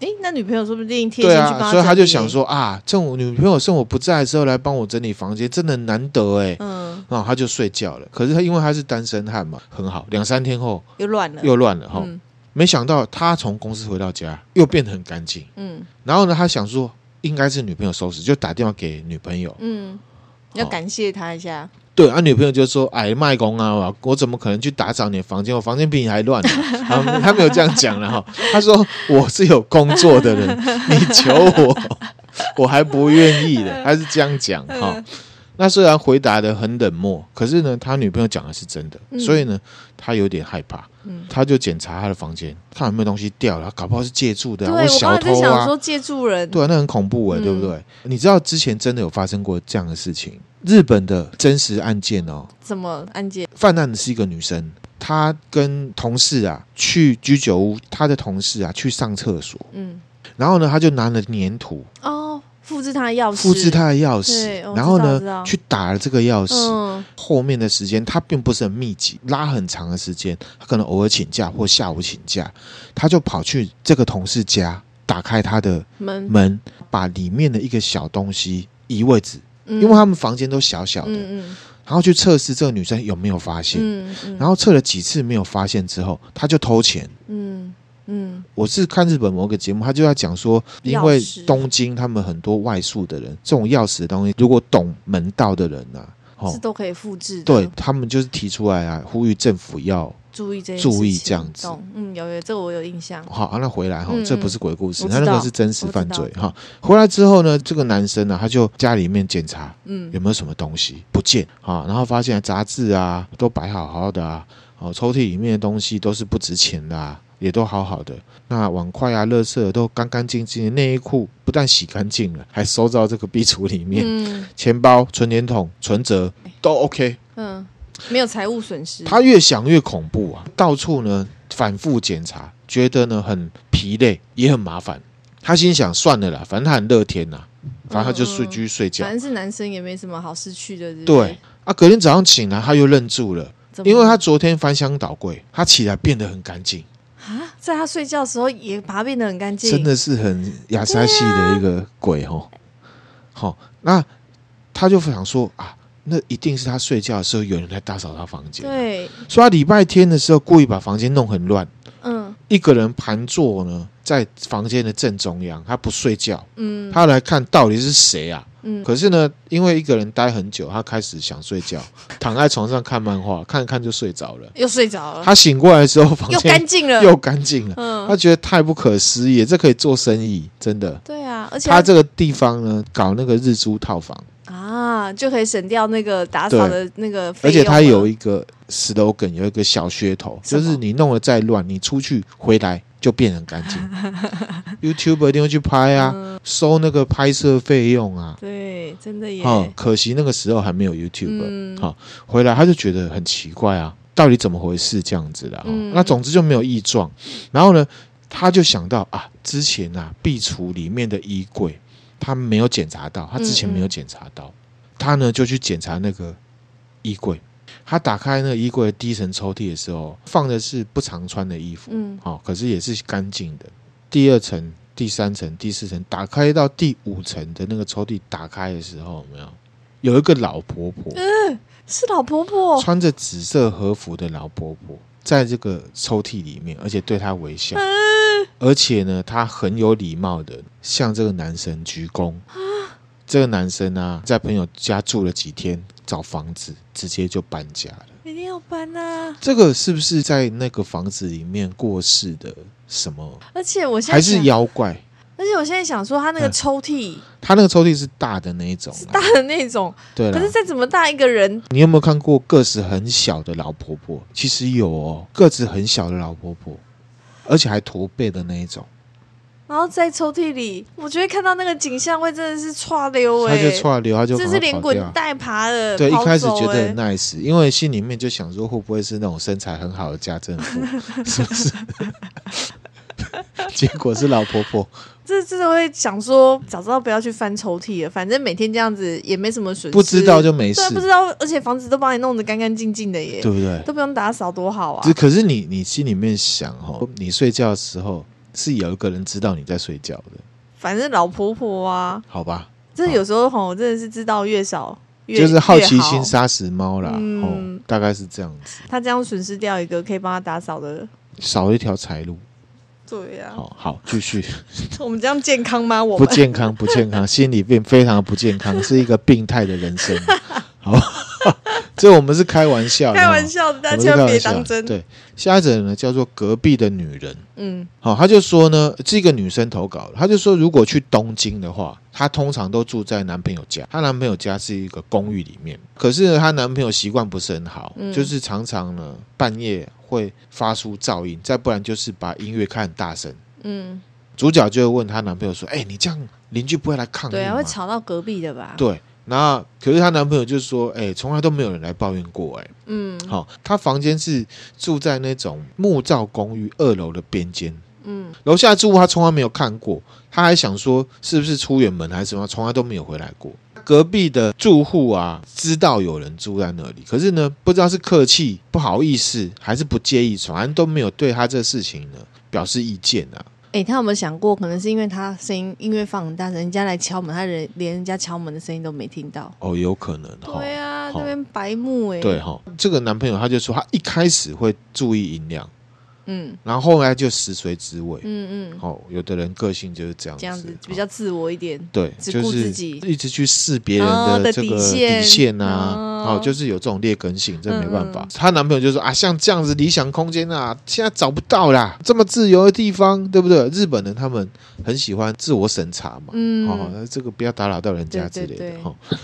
Speaker 2: 诶，那女朋友说不定贴心
Speaker 1: 对
Speaker 2: 去帮
Speaker 1: 啊，所以
Speaker 2: 他
Speaker 1: 他
Speaker 2: 整
Speaker 1: 就
Speaker 2: 理
Speaker 1: 想，说啊，趁我女朋友趁我不在的时候来帮我整理房间，真的难得哎、
Speaker 2: 嗯，
Speaker 1: 然后他就睡觉了。可是他因为他是单身汉嘛，很好，两三天后
Speaker 2: 又乱了，
Speaker 1: 又乱了哈。
Speaker 2: 嗯
Speaker 1: 没想到他从公司回到家又变得很干净。
Speaker 2: 嗯
Speaker 1: 然后呢，他想说应该是女朋友收拾，就打电话给女朋友。
Speaker 2: 嗯，要感谢他一下。
Speaker 1: 对，啊，女朋友就说：“哎，卖公啊，我我怎么可能去打扫你的房间？我 房间比你还乱、啊。啊”他没有这样讲了哈，他说：“我是有工作的人，你求我， 我还不愿意 的。”他是这样讲哈。
Speaker 2: 嗯
Speaker 1: 那虽然回答的很冷漠，可是呢，他女朋友讲的是真的，
Speaker 2: 嗯
Speaker 1: 所以呢，他有点害怕，
Speaker 2: 嗯
Speaker 1: 他就检查他的房间，看有没有东西掉了，搞不好是借住的、
Speaker 2: 对
Speaker 1: 啊，
Speaker 2: 我刚
Speaker 1: 小
Speaker 2: 才在
Speaker 1: 偷
Speaker 2: 想
Speaker 1: 啊
Speaker 2: 说，借助人，
Speaker 1: 对啊，那很恐怖哎、
Speaker 2: 嗯
Speaker 1: 对不对？你知道之前真的有发生过这样的事情，日本的真实案件哦，
Speaker 2: 怎么按键？
Speaker 1: 犯案的是一个女生，她跟同事啊去居酒屋，她的同事啊去上厕所，
Speaker 2: 嗯，
Speaker 1: 然后呢，她就拿了粘土
Speaker 2: 哦，复制他的钥匙，
Speaker 1: 复制她的钥
Speaker 2: 对
Speaker 1: 匙
Speaker 2: 我，
Speaker 1: 然后
Speaker 2: 知道知
Speaker 1: 呢
Speaker 2: 道
Speaker 1: 去打了这个钥匙。
Speaker 2: 嗯
Speaker 1: 后面的时间她并不是很密集，拉很长的时间，她可能偶尔请假或下午请假，她就跑去这个同事家，打开她的
Speaker 2: 门，
Speaker 1: 门，把里面的一个小东西移位置，
Speaker 2: 因
Speaker 1: 因为他们房间都小小的，
Speaker 2: 嗯
Speaker 1: 然后去测试这个女生有没有发现。
Speaker 2: 嗯嗯，
Speaker 1: 然
Speaker 2: 后
Speaker 1: 后测了几次没有发现之后，他就偷钱。
Speaker 2: 嗯嗯
Speaker 1: 我是看日本某个节目，他就在讲说，因为
Speaker 2: 钥匙
Speaker 1: 东京他们很多外宿的人，这种钥匙的东西，如果懂门道的人呐、啊，
Speaker 2: 是
Speaker 1: 哦，
Speaker 2: 都可以复制的，
Speaker 1: 对，他们就是提出来啊，呼吁政府要
Speaker 2: 注意这件
Speaker 1: 注意
Speaker 2: 事情
Speaker 1: 这样子
Speaker 2: 懂嗯，有有这个我有印象，
Speaker 1: 好、啊，那回来哈、
Speaker 2: 嗯
Speaker 1: 这不是鬼故事，
Speaker 2: 我知
Speaker 1: 他
Speaker 2: 道
Speaker 1: 那个是真实犯罪
Speaker 2: 我
Speaker 1: 哈、回来之后呢，这个男生呢、啊他就家里面检查
Speaker 2: 嗯
Speaker 1: 有没有什么东西不见啊，然后发现杂志啊都摆好好的啊，哦，抽屉里面的东西都是不值钱的、啊，也都好好的。那碗筷啊、垃圾都干干净净的，内衣裤不但洗干净了，还收到这个壁橱里面。
Speaker 2: 嗯
Speaker 1: 钱包、存钱筒、存折都 OK。
Speaker 2: 嗯，没有财务损失，
Speaker 1: 他越想越恐怖啊，到处呢反复检查，觉得呢很疲累，也很麻烦。他心想算了啦，反正他很乐天呐、反正他就睡
Speaker 2: 嗯嗯
Speaker 1: 继续睡觉。
Speaker 2: 反正是男生也没什么好失去的，不
Speaker 1: 对，啊，隔天早上醒来，他又愣住了，
Speaker 2: 怎么
Speaker 1: 因为他昨天翻箱倒柜，他起来变得很干净，
Speaker 2: 啊，在他睡觉的时候也把它变得很干净，
Speaker 1: 真的是很亚塞系的一个鬼吼。
Speaker 2: 啊
Speaker 1: 好、那他就想说啊，那一定是他睡觉的时候有人来打扫他房间，
Speaker 2: 对，
Speaker 1: 所以他礼拜天的时候故意把房间弄很乱，
Speaker 2: 嗯
Speaker 1: 一个人盘坐呢在房间的正中央，他不睡觉，
Speaker 2: 嗯
Speaker 1: 他来看到底是谁啊？
Speaker 2: 嗯，
Speaker 1: 可是呢，因为一个人待很久，他开始想睡 觉，躺在床上看漫画，看看就睡着了。
Speaker 2: 又睡着了，
Speaker 1: 他醒过来的时候，房
Speaker 2: 哦又
Speaker 1: 间
Speaker 2: 干净了，
Speaker 1: 又干净了，他
Speaker 2: 嗯，
Speaker 1: 觉得太不可思议了，这可以做生意，真的。
Speaker 2: 对啊，而且
Speaker 1: 他这个地方呢，搞那个日租套房，
Speaker 2: 啊就可以省掉那个打扫的那个费
Speaker 1: 而且
Speaker 2: 用了，啊
Speaker 1: 他有一个 slogan，有一个小噱头，
Speaker 2: 什
Speaker 1: 就
Speaker 2: 么
Speaker 1: 是你弄得再乱，你出去回来就变很干 净。YouTube 一定会去拍啊，
Speaker 2: 嗯
Speaker 1: 收那个拍摄费用啊。
Speaker 2: 对，真的耶，
Speaker 1: 哦，可惜那个时候还没有 YouTube，、
Speaker 2: 嗯
Speaker 1: 好回来他就觉得很奇怪啊，到底怎么回事这样子啦？哦
Speaker 2: 嗯
Speaker 1: 那总之就没有异状。然后呢，他就想到啊，之前啊壁橱里面的衣柜他没有检查到，他之前
Speaker 2: 嗯嗯
Speaker 1: 没有检查到，他呢就去检查那个衣柜。他打开那个衣柜的第一层抽屉的时候，放的是不常穿的衣服，
Speaker 2: 嗯
Speaker 1: 好、可是也是干净的。第二层、第三层、第四层，打开到第五层的那个抽屉，打开的时候，有没有有一个老婆婆，
Speaker 2: 是老婆婆，
Speaker 1: 穿着紫色和服的老婆婆，在这个抽屉里面，而且对她微笑，而且呢，她很有礼貌的向这个男生鞠躬。这个男生呢、在朋友家住了几天，找房子，直接就搬家了。
Speaker 2: 一定要搬啊！
Speaker 1: 这个是不是在那个房子里面过世的什么？
Speaker 2: 而且我现在
Speaker 1: 还是啊
Speaker 2: 想
Speaker 1: 妖怪？
Speaker 2: 而且我现在想说，他那个
Speaker 1: 嗯
Speaker 2: 抽屉
Speaker 1: 他那个抽屉是大的那一种啦，
Speaker 2: 大的那种，
Speaker 1: 对
Speaker 2: 可
Speaker 1: 了
Speaker 2: 是。再怎么大一个人，
Speaker 1: 你有没有看过个子很小的老婆婆？其实有哦，个子很小的老婆婆，而且还驼背的那一种，
Speaker 2: 然后在抽屉里，我觉得看到那个景象会真的是歘溜
Speaker 1: 她
Speaker 2: 哎、
Speaker 1: 就窜流，她就
Speaker 2: 这
Speaker 1: 赶
Speaker 2: 是
Speaker 1: 快
Speaker 2: 连
Speaker 1: 跑
Speaker 2: 滚
Speaker 1: 掉。
Speaker 2: 带爬的、
Speaker 1: 对，一
Speaker 2: 跑
Speaker 1: 开始
Speaker 2: 走
Speaker 1: 觉得
Speaker 2: 欸
Speaker 1: 很 nice，因为心里面就想说，会不会是那种身材很好的家政妇， 是不是？结果是老婆婆，
Speaker 2: 这真的会想说，早知道不要去翻抽屉了，反正每天这样子也没什么损失，
Speaker 1: 不知道就没事
Speaker 2: 对，，啊不知道，而且房子都把你弄得干干净净的耶，
Speaker 1: 对不对？
Speaker 2: 都不用打扫，多好啊
Speaker 1: 这！可是你你心里面想哦，你睡觉的时候是有一个人知道你在睡觉的，
Speaker 2: 反正老婆婆啊，
Speaker 1: 好吧？
Speaker 2: 真的有时候吼，真的是知道越少越
Speaker 1: 就是好奇
Speaker 2: 越
Speaker 1: 心杀死猫啦，
Speaker 2: 嗯
Speaker 1: 哦，大概是这样子。
Speaker 2: 他这样损失掉一个可以帮他打扫的
Speaker 1: 少一条财路。
Speaker 2: 对呀、
Speaker 1: 好好，继续。
Speaker 2: 我们这样健康吗？ 我
Speaker 1: 不
Speaker 2: 们
Speaker 1: 健康，不健康，心理病非 常不健康，是一个病态的人生。好， 这我们是开玩笑的，
Speaker 2: 开玩笑的，
Speaker 1: 哦，
Speaker 2: 大
Speaker 1: 我们是
Speaker 2: 家
Speaker 1: 开
Speaker 2: 别
Speaker 1: 玩笑的
Speaker 2: 当真。
Speaker 1: 对，下一则呢叫做隔壁的女人。
Speaker 2: 嗯，
Speaker 1: 好、他就说呢，这个女生投稿了，她就说如果去东京的话，她通常都住在男朋友家，她男朋友家是一个公寓里面，可是呢，她男朋友习惯不是很好，
Speaker 2: 嗯
Speaker 1: 就是常常呢半夜会发出噪音，再不然就是把音乐开很大声。
Speaker 2: 嗯，
Speaker 1: 主角就会问她男朋友说：“哎、你这样邻居不会来抗议吗？”
Speaker 2: 对啊，会吵啊到隔壁的吧？，
Speaker 1: 嗯对，那可是她男朋友就说：“哎、从来都没有人来抱怨过、哎，
Speaker 2: 嗯
Speaker 1: 好、她房间是住在那种木造公寓二楼的边间，
Speaker 2: 嗯，
Speaker 1: 楼下住户她从来没有看过，她还想说是不是出远门还是什么，从来都没有回来过。隔壁的住户啊，知道有人住在那里，可是呢，不知道是客气、不好意思，还是不介意，反正都没有对她这事情呢表示意见啊。
Speaker 2: 哎、他有没有想过，可能是因为他声音音乐放很大声，人家来敲门，他人连人家敲门的声音都没听到。
Speaker 1: 哦，有可能哈。
Speaker 2: 对啊，
Speaker 1: 好
Speaker 2: 那边白目哎、
Speaker 1: 对，哈，这个男朋友他就说，他一开始会注意音量，
Speaker 2: 嗯
Speaker 1: 然后后来就食髓知味。
Speaker 2: 嗯嗯，
Speaker 1: 哦，有的人个性就是这样子，
Speaker 2: 这样子比
Speaker 1: 哦
Speaker 2: 较自我一点。
Speaker 1: 对，
Speaker 2: 只
Speaker 1: 就
Speaker 2: 顾
Speaker 1: 是
Speaker 2: 自己
Speaker 1: 一直去试别人
Speaker 2: 哦
Speaker 1: 的
Speaker 2: 的
Speaker 1: 这个
Speaker 2: 底线
Speaker 1: 线啊，
Speaker 2: 哦
Speaker 1: 哦，就是有这种劣根性，这没办法
Speaker 2: 嗯嗯。
Speaker 1: 她、男朋友就说啊，像这样子理想空间啊，现在找不到啦，这么自由的地方，对不对？日本人他们很喜欢自我审查嘛，
Speaker 2: 嗯，
Speaker 1: 哦，那这个不要打扰到人家之
Speaker 2: 对
Speaker 1: 类
Speaker 2: 对
Speaker 1: 的
Speaker 2: 对
Speaker 1: 哈。哦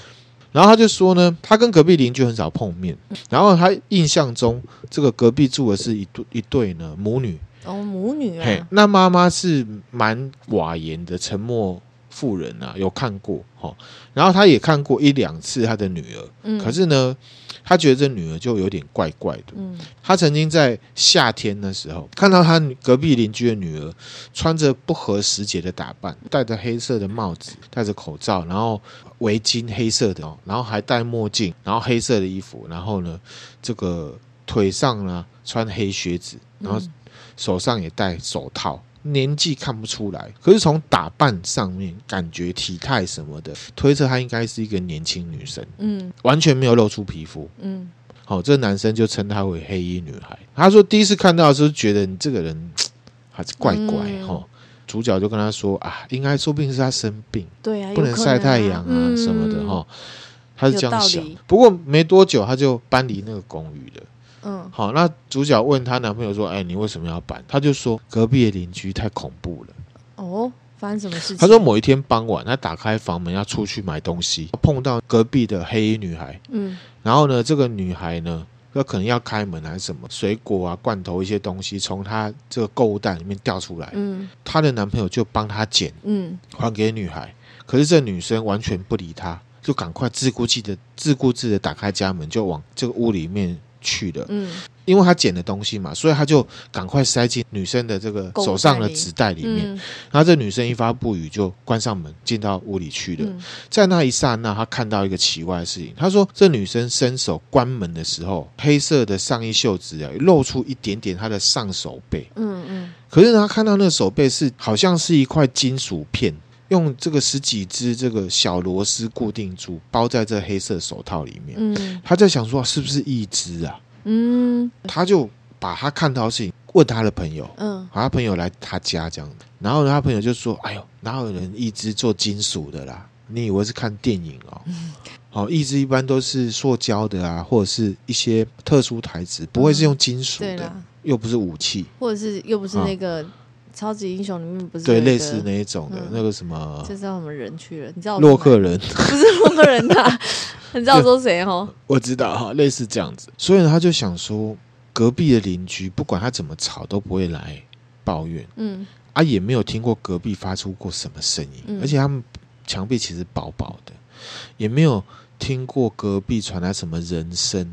Speaker 1: 然后他就说呢，他跟隔壁邻居很少碰面，
Speaker 2: 嗯
Speaker 1: 然后他印象中这个隔壁住的是一对一对呢母女，
Speaker 2: 哦，母女
Speaker 1: 嘿
Speaker 2: 啊，，
Speaker 1: 那妈妈是蛮寡言的沉默妇人啊，有看过哦，然后她也看过一两次她的女儿，
Speaker 2: 嗯，
Speaker 1: 可是呢，她觉得这女儿就有点怪怪的。
Speaker 2: 嗯
Speaker 1: 她曾经在夏天的时候看到她女隔壁邻居的女儿穿着不合时节的打扮，戴着黑色的帽子，戴着口罩，然后围巾黑色的哦，然后还戴墨镜，然后黑色的衣服，然后呢，这个腿上呢穿黑靴子，然后
Speaker 2: 嗯
Speaker 1: 手上也戴手套，年纪看不出来，可是从打扮上面感觉体态什么的，推测她应该是一个年轻女生，
Speaker 2: 嗯
Speaker 1: 完全没有露出皮肤。
Speaker 2: 嗯
Speaker 1: 好、这男生就称她为黑衣女孩。他说第一次看到的时候，觉得你这个人还是怪怪
Speaker 2: 嗯
Speaker 1: 哈、哦。主角就跟他说啊，应该说不定是他生病，
Speaker 2: 对啊，
Speaker 1: 不能
Speaker 2: 有可
Speaker 1: 晒太阳啊、
Speaker 2: 嗯
Speaker 1: 什么的哈、哦。他是这样想
Speaker 2: 有道理，
Speaker 1: 不过没多久他就搬离那个公寓了。
Speaker 2: 嗯，
Speaker 1: 好，那主角问她男朋友说：“哎，你为什么要搬？”他就说：“隔壁的邻居太恐怖了。
Speaker 2: 哦，发生什么事情？”
Speaker 1: 他说：“某一天傍晚，他打开房门要出去买东西，碰到隔壁的黑衣女孩，
Speaker 2: 嗯
Speaker 1: 然后呢，这个女孩呢，她可能要开门还是什么，水果啊、罐头一些东西从她这个购物袋里面掉出来，
Speaker 2: 嗯
Speaker 1: 她的男朋友就帮她捡，
Speaker 2: 嗯
Speaker 1: 还给女孩。可是这女生完全不理他，就赶快自顾自的自顾自的打开家门，就往这个屋里面去了。
Speaker 2: 嗯
Speaker 1: 因为她捡的东西嘛，所以她就赶快塞进女生的这个
Speaker 2: 购物袋
Speaker 1: 手上的
Speaker 2: 里
Speaker 1: 纸袋里面。
Speaker 2: 嗯
Speaker 1: 然后这女生一发不语，就关上门进到屋里去了。
Speaker 2: 嗯
Speaker 1: 在那一刹那，他看到一个奇怪的事情。他说，这女生伸手关门的时候，黑色的上衣袖子啊，露出一点点她的上手背。
Speaker 2: 嗯嗯，
Speaker 1: 可是呢他看到那手背是好像是一块金属片，用这个十几只这个小螺丝固定住，包在这黑色手套里面。
Speaker 2: 嗯
Speaker 1: 他在想说，是不是一只啊？
Speaker 2: 嗯
Speaker 1: 他就把他看到的事情问他的朋友。
Speaker 2: 嗯，
Speaker 1: 好，他朋友来他家这样子，然后呢他朋友就说：“哎呦，哪有人一只做金属的啦？你以为是看电影哦？
Speaker 2: 嗯
Speaker 1: 好、一只一般都是塑胶的啊，或者是一些特殊材质，不会是用金属
Speaker 2: 嗯对
Speaker 1: 的，
Speaker 2: 啦，
Speaker 1: 又不是武器，
Speaker 2: 或者是又不是
Speaker 1: 啊
Speaker 2: 那个超级英雄里面不是
Speaker 1: 对，
Speaker 2: 有一
Speaker 1: 类
Speaker 2: 个
Speaker 1: 似那一种的、
Speaker 2: 嗯
Speaker 1: 那个什么
Speaker 2: 这是我们人去了，你知道我
Speaker 1: 洛
Speaker 2: 从哪
Speaker 1: 克人，
Speaker 2: 不是洛克人呐、你知道我说谁哦？
Speaker 1: 我知道哈，类似这样子。所以呢，他就想说，隔壁的邻居不管他怎么吵都不会来抱怨。”
Speaker 2: 嗯
Speaker 1: 啊，也没有听过隔壁发出过什么声音，
Speaker 2: 嗯
Speaker 1: 而且他们墙壁其实薄薄的，也没有听过隔壁传来什么人声，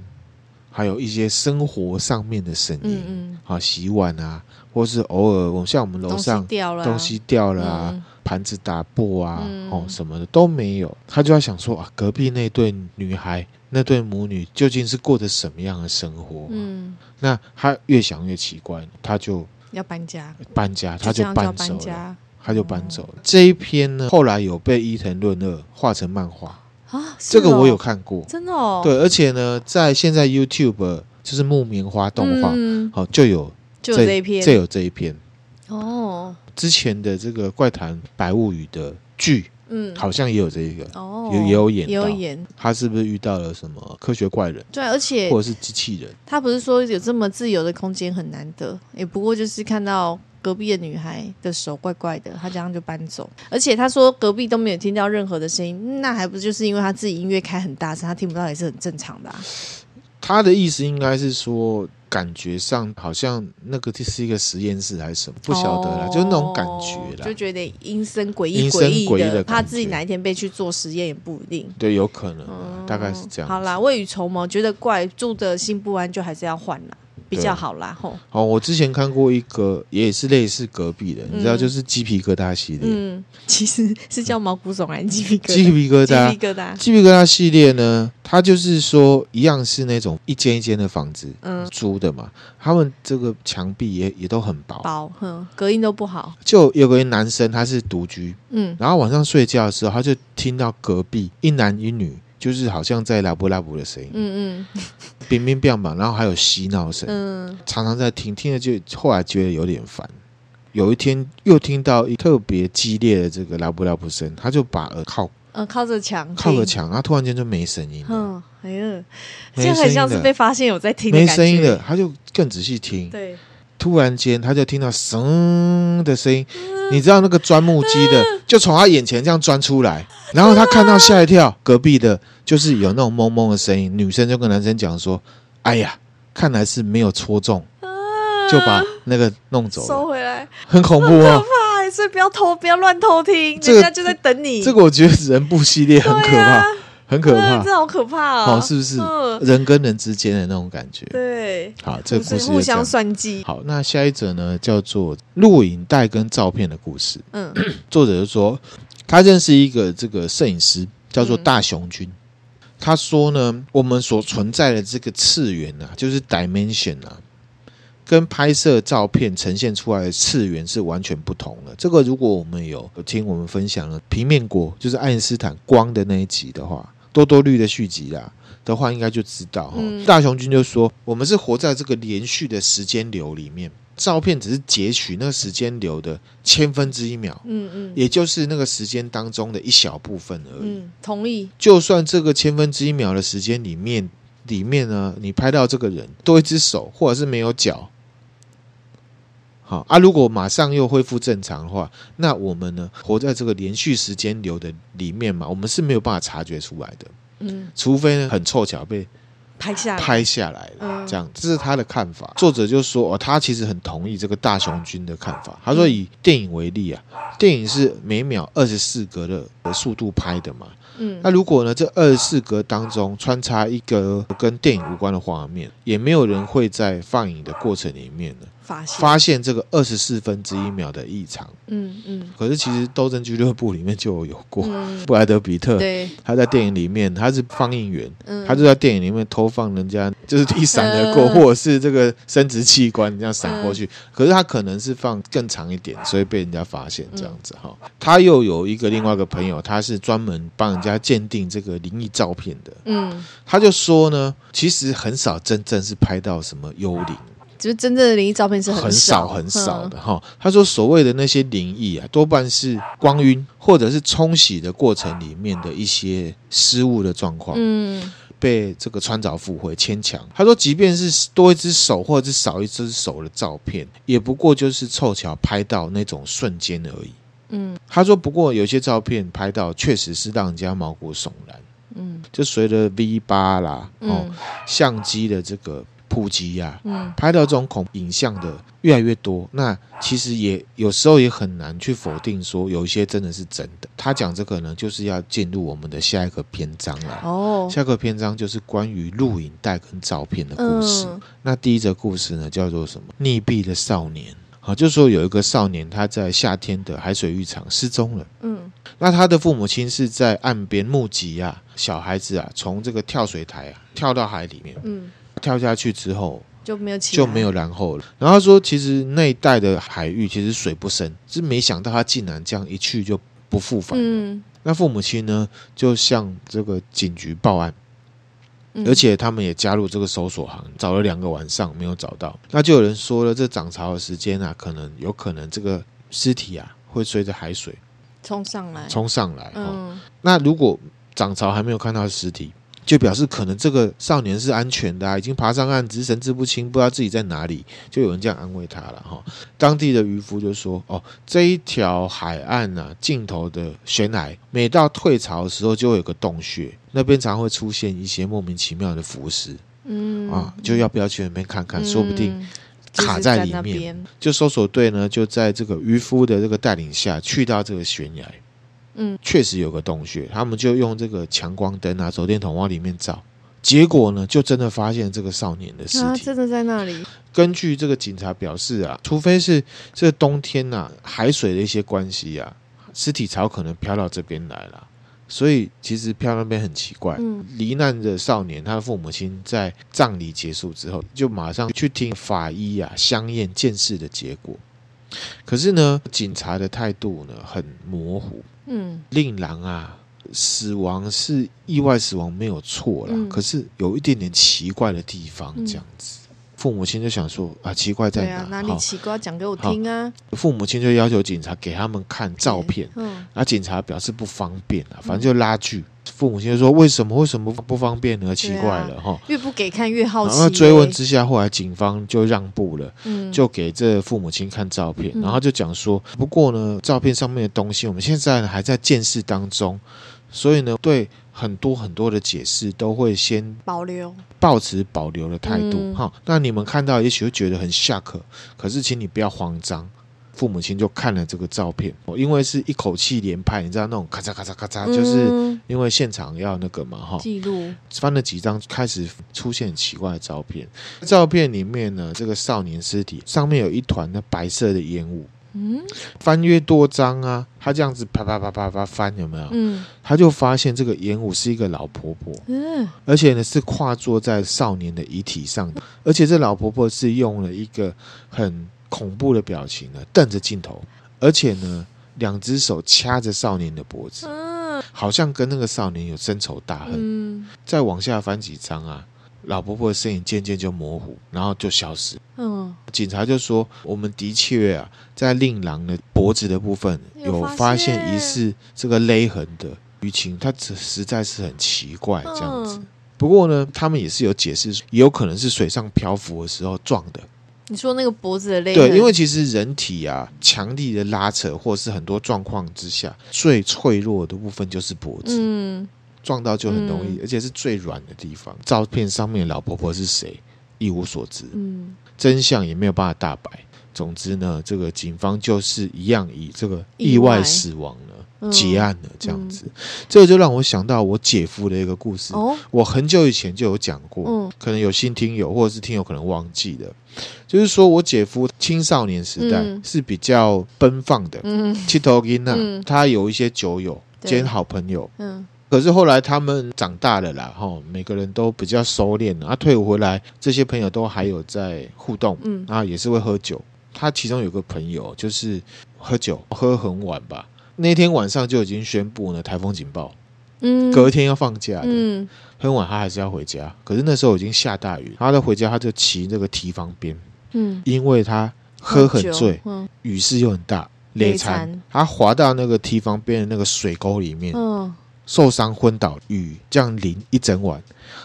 Speaker 1: 还有一些生活上面的声音
Speaker 2: 嗯，嗯，
Speaker 1: 啊，洗碗啊，或是偶尔我像我们楼
Speaker 2: 东西
Speaker 1: 上
Speaker 2: 掉了啊、
Speaker 1: 东西掉了啊，
Speaker 2: 嗯
Speaker 1: 盘子打破啊，
Speaker 2: 嗯
Speaker 1: 哦什么的都没有，他就在想说啊，隔壁那对女孩。那对母女究竟是过着什么样的生活？
Speaker 2: 嗯，
Speaker 1: 那他越想越奇怪，他就
Speaker 2: 要搬家，
Speaker 1: 搬家，他
Speaker 2: 这
Speaker 1: 就
Speaker 2: 样叫
Speaker 1: 搬走
Speaker 2: 搬
Speaker 1: 了。
Speaker 2: 家
Speaker 1: 他就搬走了。这一篇呢，后来有被伊藤润二画成漫画，
Speaker 2: 啊。是
Speaker 1: 这个
Speaker 2: 哦
Speaker 1: 我有看过。
Speaker 2: 真的哦，
Speaker 1: 对，而且呢，在现在 YouTube 就是木棉花动画，
Speaker 2: 嗯
Speaker 1: 好、就有
Speaker 2: 就有这一篇
Speaker 1: 这有这一篇。
Speaker 2: 哦，
Speaker 1: 之前的这个《怪谈白物语》的剧
Speaker 2: 嗯，
Speaker 1: 好像也有这一个，
Speaker 2: 哦，
Speaker 1: 也也有演
Speaker 2: 也有
Speaker 1: 到
Speaker 2: 演，
Speaker 1: 他是不是遇到了什么科学怪人，
Speaker 2: 对，而且
Speaker 1: 或者是机器人？
Speaker 2: 他不是说有这么自由的空间很难得，也不过就是看到隔壁的女孩的手怪怪的，他这样就搬走。而且他说隔壁都没有听到任何的声音，那还不就是因为他自己音乐开很大声，他听不到也是很正常的、啊。
Speaker 1: 他的意思应该是说，感觉上好像那个是一个实验室还是什么，不晓得啦，
Speaker 2: 哦
Speaker 1: 就是那种感觉
Speaker 2: 就
Speaker 1: 啦。
Speaker 2: 觉得阴森诡异、
Speaker 1: 阴森诡异
Speaker 2: 诡异
Speaker 1: 的感觉
Speaker 2: 怕自己哪一天被去做实验也不一定。
Speaker 1: 对，有可能啊、大概是这样。
Speaker 2: 哦好啦，，未雨绸缪，觉得怪住的心不安，就还是要换啦，比较好啦。吼，
Speaker 1: 哦，我之前看过一个，也是类似隔壁的，你知道，
Speaker 2: 嗯
Speaker 1: 就是鸡皮疙瘩系列。
Speaker 2: 嗯， 其实是叫毛骨悚然、鸡皮疙瘩、
Speaker 1: 鸡皮疙瘩
Speaker 2: 鸡，皮疙瘩，
Speaker 1: 鸡皮疙瘩系列呢，它就是说一样是那种一间一间的房子
Speaker 2: 嗯，
Speaker 1: 租的嘛，他们这个墙壁也也都很薄。
Speaker 2: 薄，哼，隔音都不好，
Speaker 1: 就有个男生他是独居，
Speaker 2: 嗯，
Speaker 1: 然后晚上睡觉的时候，他就听到隔壁一男一女，就是好像在拉布拉布的声音，
Speaker 2: 嗯嗯
Speaker 1: 乒乒乓乓，然后还有嬉闹声，
Speaker 2: 嗯，
Speaker 1: 常常在听，听了就后来觉得有点烦。有一天又听到一特别激烈的这个拉布拉布声，他就把耳靠
Speaker 2: 呃，靠着墙，
Speaker 1: 靠着
Speaker 2: 听，
Speaker 1: 墙，然后突然间就没声音了，
Speaker 2: 嗯，哎呀，
Speaker 1: 没
Speaker 2: 就
Speaker 1: 声
Speaker 2: 很
Speaker 1: 音
Speaker 2: 像是
Speaker 1: 了
Speaker 2: 被，发现有在听的
Speaker 1: 没
Speaker 2: 感
Speaker 1: 声音
Speaker 2: 觉
Speaker 1: 了，，他就更仔细听。
Speaker 2: 对，
Speaker 1: 突然间他就听到声的声音，
Speaker 2: 嗯
Speaker 1: 你知道那个钻木机的就从他眼前这样钻出来，然后他看到吓一
Speaker 2: 嗯
Speaker 1: 跳，隔壁的就是有那种嗡嗡的声音，女生就跟男生讲说：“哎呀，看来是没有戳中，
Speaker 2: 啊
Speaker 1: 就把那个弄走了，
Speaker 2: 收回来，
Speaker 1: 很恐怖哦。
Speaker 2: 哎，所以不要偷，不要乱偷听，
Speaker 1: 这个
Speaker 2: 人家就在等你，”
Speaker 1: 这个我觉得人部系列很可
Speaker 2: 对
Speaker 1: 怕
Speaker 2: 啊，
Speaker 1: 很可
Speaker 2: 啊
Speaker 1: 怕，
Speaker 2: 这好可怕
Speaker 1: 好
Speaker 2: 哦，
Speaker 1: 是不是？
Speaker 2: 嗯，
Speaker 1: 人跟人之间的那种感觉。
Speaker 2: 对，
Speaker 1: 好，这个
Speaker 2: 互
Speaker 1: 故事
Speaker 2: 互
Speaker 1: 就这样
Speaker 2: 相。算计，
Speaker 1: 好，那下一则呢，叫做录影带跟照片的故事。
Speaker 2: 嗯，
Speaker 1: 作者就说，他认识一个这个摄影师，叫做
Speaker 2: 嗯
Speaker 1: 大雄君。他说呢，我们所存在的这个次元啊，就是 dimension 啊，跟拍摄照片呈现出来的次元是完全不同的。这个如果我们有有听我们分享了平面国，就是爱因斯坦光的那一集的话，多多绿的续集啦的话，应该就知道哈。
Speaker 2: 嗯
Speaker 1: 大雄君就说，我们是活在这个连续的时间流里面，照片只是截取那个时间流的千分之一秒。
Speaker 2: 嗯嗯
Speaker 1: 也就是那个时间当中的一小部分而已。
Speaker 2: 嗯，同意，
Speaker 1: 就算这个千分之一秒的时间里面，里面呢，你拍到这个人多一只手，或者是没有脚，好啊，如果马上又恢复正常的话，那我们呢，活在这个连续时间流的里面嘛，我们是没有办法察觉出来的，
Speaker 2: 嗯，
Speaker 1: 除非呢很凑巧被
Speaker 2: 拍下来，
Speaker 1: 拍下来了，
Speaker 2: 嗯
Speaker 1: 这样这是他的看法。作者就说哦，他其实很同意这个大雄君的看法。他说以电影为例啊，电影是每秒二十四格的的速度拍的嘛，
Speaker 2: 嗯
Speaker 1: 那如果呢这二十四格当中穿插一个跟电影无关的画面，也没有人会在放映的过程里面呢
Speaker 2: 发现，
Speaker 1: 发现这个二十四分之一秒的异常。
Speaker 2: 嗯嗯
Speaker 1: 可是其实《斗争俱乐部》里面就有过，
Speaker 2: 嗯，
Speaker 1: 布莱德比特
Speaker 2: 对，
Speaker 1: 他在电影里面他是放映员。
Speaker 2: 嗯，
Speaker 1: 他就在电影里面偷放人家就是一闪而 过，
Speaker 2: 嗯
Speaker 1: 或者是这个生殖器官这样闪过去。可是他可能是放更长一点，所以被人家发现这样子
Speaker 2: 嗯
Speaker 1: 哈。他又有一个另外一个朋友，他是专门帮人家鉴定这个灵异照片的。
Speaker 2: 嗯，
Speaker 1: 他就说呢，其实很少真正是拍到什么幽灵，
Speaker 2: 就是真正的灵异照片是
Speaker 1: 很
Speaker 2: 少嗯
Speaker 1: 少很少的哈。他说所谓的那些灵异啊，多半是光晕或者是冲洗的过程里面的一些失误的状况。
Speaker 2: 嗯，
Speaker 1: 被这个穿凿附会牵强。他说，即便是多一只手或者是少一只手的照片，也不过就是凑巧拍到那种瞬间而已。
Speaker 2: 嗯
Speaker 1: 他说，不过有些照片拍到确实是让人家毛骨悚然。
Speaker 2: 嗯
Speaker 1: 就随着 V 八啦，哦，
Speaker 2: 嗯
Speaker 1: 相机的这个普及呀、
Speaker 2: 嗯
Speaker 1: 拍到这种恐影像的越来越多，那其实也有时候也很难去否定说有一些真的是真的。他讲这个呢，就是要进入我们的下一个篇章啦。
Speaker 2: 哦，
Speaker 1: 下个篇章就是关于录影带跟照片的故事。
Speaker 2: 嗯
Speaker 1: 那第一则故事呢，叫做什么？溺毙的少年。好，就说有一个少年，他在夏天的海水浴场失踪了。
Speaker 2: 嗯
Speaker 1: 那他的父母亲是在岸边目击啊，小孩子啊，从这个跳水台啊跳到海里面，
Speaker 2: 嗯，
Speaker 1: 跳下去之后
Speaker 2: 就没有起来
Speaker 1: 就没有然后了。然后他说，其实那一带的海域其实水不深，是没想到他竟然这样一去就不复返了。
Speaker 2: 嗯
Speaker 1: 那父母亲呢，就向这个警局报案。
Speaker 2: 嗯
Speaker 1: 而且他们也加入这个搜索行，找了两个晚上没有找到。那就有人说了，这涨潮的时间啊，可能有可能这个尸体啊会随着海水
Speaker 2: 冲上来，
Speaker 1: 冲上来、哦。
Speaker 2: 嗯，
Speaker 1: 那如果涨潮还没有看到尸体，就表示可能这个少年是安全的啊，已经爬上岸，只是神志不清，不知道自己在哪里。就有人这样安慰他了哈、当地的渔夫就说：“哦，这一条海岸啊，尽头的悬崖，每到退潮的时候就会有个洞穴，那边常会出现一些莫名其妙的浮尸
Speaker 2: 嗯
Speaker 1: 啊，就要不要去那边看看？说不定
Speaker 2: 嗯
Speaker 1: 卡
Speaker 2: 就是
Speaker 1: 在
Speaker 2: 在
Speaker 1: 里
Speaker 2: 那
Speaker 1: 面
Speaker 2: 边
Speaker 1: 就搜索队呢，就在这个渔夫的这个带领下，去到这个悬崖。
Speaker 2: 嗯，
Speaker 1: 确实有个洞穴，他们就用这个强光灯啊、手电筒往里面照，结果呢，就真的发现这个少年的尸
Speaker 2: 啊，
Speaker 1: 体。
Speaker 2: 真的在那里，
Speaker 1: 根据这个警察表示啊，除非是这冬天啊呐、海水的一些关系啊，尸体才有可能飘到这边来啦。所以其实飘那边很奇怪。
Speaker 2: 嗯
Speaker 1: 罹难的少年，他的父母亲在葬礼结束之后，就马上去听法医啊相验见识的结果。可是呢，警察的态度呢很模糊，
Speaker 2: 嗯
Speaker 1: 令郎啊，死亡是意外死亡没有错啦，
Speaker 2: 嗯
Speaker 1: 可是有一点点奇怪的地方，这样子。父母亲就想说啊，奇怪在
Speaker 2: 对
Speaker 1: 哪？
Speaker 2: 啊，哪里
Speaker 1: 好
Speaker 2: 奇怪，讲给我
Speaker 1: 好
Speaker 2: 听啊，
Speaker 1: 父母亲就要求警察给他们看照片，
Speaker 2: 嗯
Speaker 1: 那警察表示不方便啊，反正就拉锯。父母亲就说为什么为什么不方便呢？奇怪了哈。
Speaker 2: 越不给看越啊好
Speaker 1: 然
Speaker 2: 奇、欸
Speaker 1: 后追问之下，后来警方就让步了，
Speaker 2: 嗯，
Speaker 1: 就给这父母亲看照片，
Speaker 2: 嗯
Speaker 1: 然后就讲说，不过呢，照片上面的东西我们现在还在见识当中，所以呢，对很多很多的解释都会先
Speaker 2: 保留，
Speaker 1: 抱持保留的态度
Speaker 2: 嗯
Speaker 1: 哈、那你们看到也许会觉得很下课，可是请你不要慌张。父母亲就看了这个照片，哦因为是一口气连拍，你知道那种咔嚓咔嚓咔嚓，啊就是
Speaker 2: 嗯
Speaker 1: 因为现场要那个嘛哈，
Speaker 2: 记录，
Speaker 1: 翻了几张，开始出现很奇怪的照片。照片里面呢，这个少年尸体上面有一团的白色的烟雾。
Speaker 2: 嗯
Speaker 1: 翻阅多张啊，他这样子啪啪啪啪啪翻，有没有？
Speaker 2: 嗯
Speaker 1: 他就发现这个烟雾是一个老婆婆，
Speaker 2: 嗯，
Speaker 1: 而且呢是跨坐在少年的遗体上的，而且这老婆婆是用了一个很恐怖的表情呢，瞪着镜头，而且呢两只手掐着少年的脖子，
Speaker 2: 嗯
Speaker 1: 好像跟那个少年有深仇大恨。
Speaker 2: 嗯
Speaker 1: 再往下翻几张啊，老婆婆的身影渐渐就模糊，然后就消失。
Speaker 2: 嗯，
Speaker 1: 警察就说，我们的确啊，在令郎的脖子的部分有
Speaker 2: 有
Speaker 1: 发
Speaker 2: 发
Speaker 1: 现
Speaker 2: 现
Speaker 1: 疑似这个勒痕的淤青，它实实在是很奇怪这样子。
Speaker 2: 嗯
Speaker 1: 不过呢，他们也是有解释，也有可能是水上漂浮的时候撞的。
Speaker 2: 你说那个脖子的勒痕，
Speaker 1: 对，因为其实人体啊，强力的拉扯或是很多状况之下，最脆弱的部分就是脖子。
Speaker 2: 嗯
Speaker 1: 撞到就很容易，而且是最软的地方。照片上面的老婆婆是谁，一无所知，
Speaker 2: 嗯，
Speaker 1: 真相也没有办法大白。总之呢，这个警方就是一样以这个意外死亡呢
Speaker 2: 嗯
Speaker 1: 结案了，这样子。这个就让我想到我姐夫的一个故事，
Speaker 2: 哦，
Speaker 1: 我很久以前就有讲过，
Speaker 2: 嗯
Speaker 1: 可能有新听友或者是听友可能忘记的，就是说我姐夫青少年时代
Speaker 2: 嗯
Speaker 1: 是比较奔放的，
Speaker 2: 嗯
Speaker 1: 七头金娜
Speaker 2: 嗯
Speaker 1: 他有一些酒友
Speaker 2: 对
Speaker 1: 兼好朋友。
Speaker 2: 嗯
Speaker 1: 可是后来他们长大了啦，哈，每个人都比较收敛了。啊，退伍回来，这些朋友都还有在互动，
Speaker 2: 嗯
Speaker 1: 啊，也是会喝酒。他其中有个朋友就是喝酒喝很晚吧，那天晚上就已经宣布呢台风警报，
Speaker 2: 嗯，
Speaker 1: 隔天要放假的，
Speaker 2: 嗯
Speaker 1: 很晚他还是要回家。可是那时候已经下大雨，他在回家他就骑那个堤防边，
Speaker 2: 嗯，
Speaker 1: 因为他喝很
Speaker 2: 酒
Speaker 1: 醉，
Speaker 2: 嗯
Speaker 1: 雨势又很大，累
Speaker 2: 累
Speaker 1: 残
Speaker 2: 残，
Speaker 1: 他滑到那个堤防边的那个水沟里面，
Speaker 2: 嗯
Speaker 1: 受伤昏倒，雨这样淋一整晚。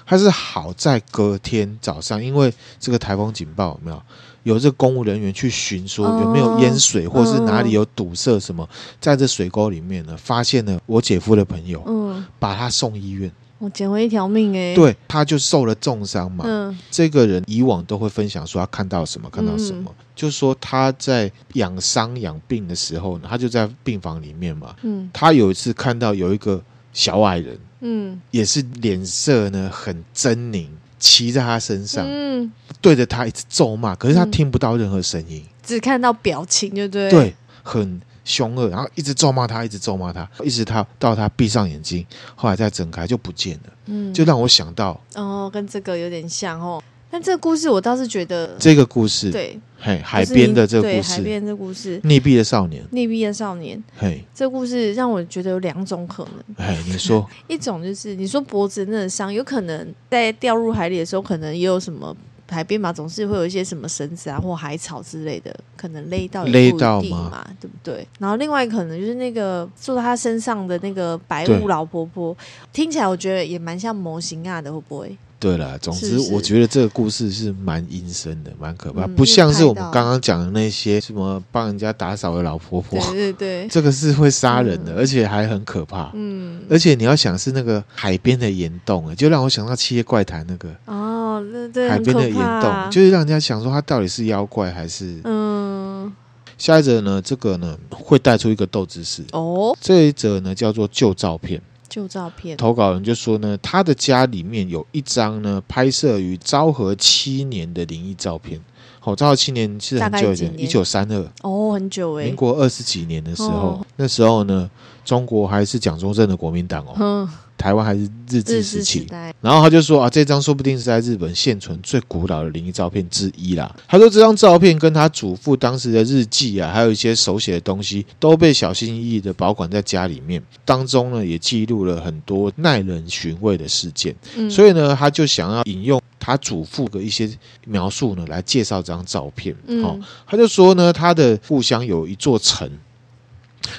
Speaker 1: 他是好在隔天早上，因为这个台风警报有没有？有这公务人员去巡说
Speaker 2: 哦
Speaker 1: 有没有淹水，或是哪里有堵塞什么，在这水沟里面呢，发现了我姐夫的朋友，
Speaker 2: 嗯，
Speaker 1: 把他送医院。
Speaker 2: 我捡回一条命哎、欸，，
Speaker 1: 对，他就受了重伤嘛。
Speaker 2: 嗯
Speaker 1: 这个人以往都会分享说他看到什么，看到什么，
Speaker 2: 嗯
Speaker 1: 就说他在养伤养病的时候呢，他就在病房里面嘛。
Speaker 2: 嗯
Speaker 1: 他有一次看到有一个小矮人，
Speaker 2: 嗯
Speaker 1: 也是脸色呢很狰狞，骑在他身上，
Speaker 2: 嗯，
Speaker 1: 对着他一直咒骂，可是他
Speaker 2: 嗯
Speaker 1: 听不到任何声音，
Speaker 2: 只看到表情就对，
Speaker 1: 对，很凶恶，然后一直咒骂他，一直咒骂他，一直他到他闭上眼睛，后来再睁开就不见了，
Speaker 2: 嗯，
Speaker 1: 就让我想到，
Speaker 2: 哦，跟这个有点像哦。但这个故事我倒是觉得，
Speaker 1: 这个故事，
Speaker 2: 对，
Speaker 1: 嘿，海
Speaker 2: 就是
Speaker 1: 边
Speaker 2: 你
Speaker 1: 的这个
Speaker 2: 对
Speaker 1: 故
Speaker 2: 海
Speaker 1: 事，
Speaker 2: 边的这故事，
Speaker 1: 溺毙的少年，
Speaker 2: 溺毙的少年，
Speaker 1: 嘿，
Speaker 2: 这故事让我觉得有两种可能，
Speaker 1: 嘿，你说，
Speaker 2: 一种就是你说脖子那的伤，有可能在掉入海里的时候，可能也有什么。海边嘛，总是会有一些什么绳子啊，或海草之类的，可能勒到也
Speaker 1: 勒
Speaker 2: 不一
Speaker 1: 到
Speaker 2: 定
Speaker 1: 吗
Speaker 2: 嘛，对不对？然后另外可能就是那个坐在他身上的那个白
Speaker 1: 对
Speaker 2: 雾老婆婆，听起来我觉得也蛮像模型啊的，会不会？
Speaker 1: 对了，总
Speaker 2: 是
Speaker 1: 之
Speaker 2: 是
Speaker 1: 我觉得这个故事是蛮阴森的，蛮可怕，
Speaker 2: 嗯
Speaker 1: 不像是我们
Speaker 2: 因为拍到
Speaker 1: 刚刚讲的那些什么帮人家打扫的老婆婆
Speaker 2: 对，对 对，
Speaker 1: 这个是会杀人的，
Speaker 2: 嗯
Speaker 1: 而且还很可怕。
Speaker 2: 嗯，
Speaker 1: 而且你要想是那个海边的岩洞，哎就让我想到《七夜怪谈》那个
Speaker 2: 哦，对对，
Speaker 1: 海
Speaker 2: 很
Speaker 1: 边
Speaker 2: 可
Speaker 1: 的岩
Speaker 2: 怕啊
Speaker 1: 洞，就是让人家想说他到底是妖怪还是……
Speaker 2: 嗯，
Speaker 1: 下一则呢，这个呢会带出一个斗知识。
Speaker 2: 哦，
Speaker 1: 这一则呢叫做旧照片，
Speaker 2: 旧照片，
Speaker 1: 投稿人就说呢，他的家里面有一张呢拍摄于昭和七年的灵异照片。哦，昭和七年是很久以前
Speaker 2: 大，概
Speaker 1: 一
Speaker 2: 几
Speaker 1: 九
Speaker 2: 年
Speaker 1: 三二，
Speaker 2: 哦，很久哎、
Speaker 1: 民国二十几年的时候，
Speaker 2: 哦
Speaker 1: 那时候呢，中国还是蒋中正的国民党哦，
Speaker 2: 嗯，
Speaker 1: 台湾还是日治
Speaker 2: 日
Speaker 1: 时
Speaker 2: 治
Speaker 1: 期
Speaker 2: 时。代，
Speaker 1: 然后他就说啊，这张说不定是在日本现存最古老的灵异照片之一啦。他说这张照片跟他祖父当时的日记啊，还有一些手写的东西，都被小心翼翼的保管在家里面。当中呢，也记录了很多耐人寻味的事件。
Speaker 2: 嗯，
Speaker 1: 所以呢，他就想要引用他祖父的一些描述呢，来介绍这张照片。
Speaker 2: 嗯，
Speaker 1: 哦，他就说呢，他的故乡有一座城，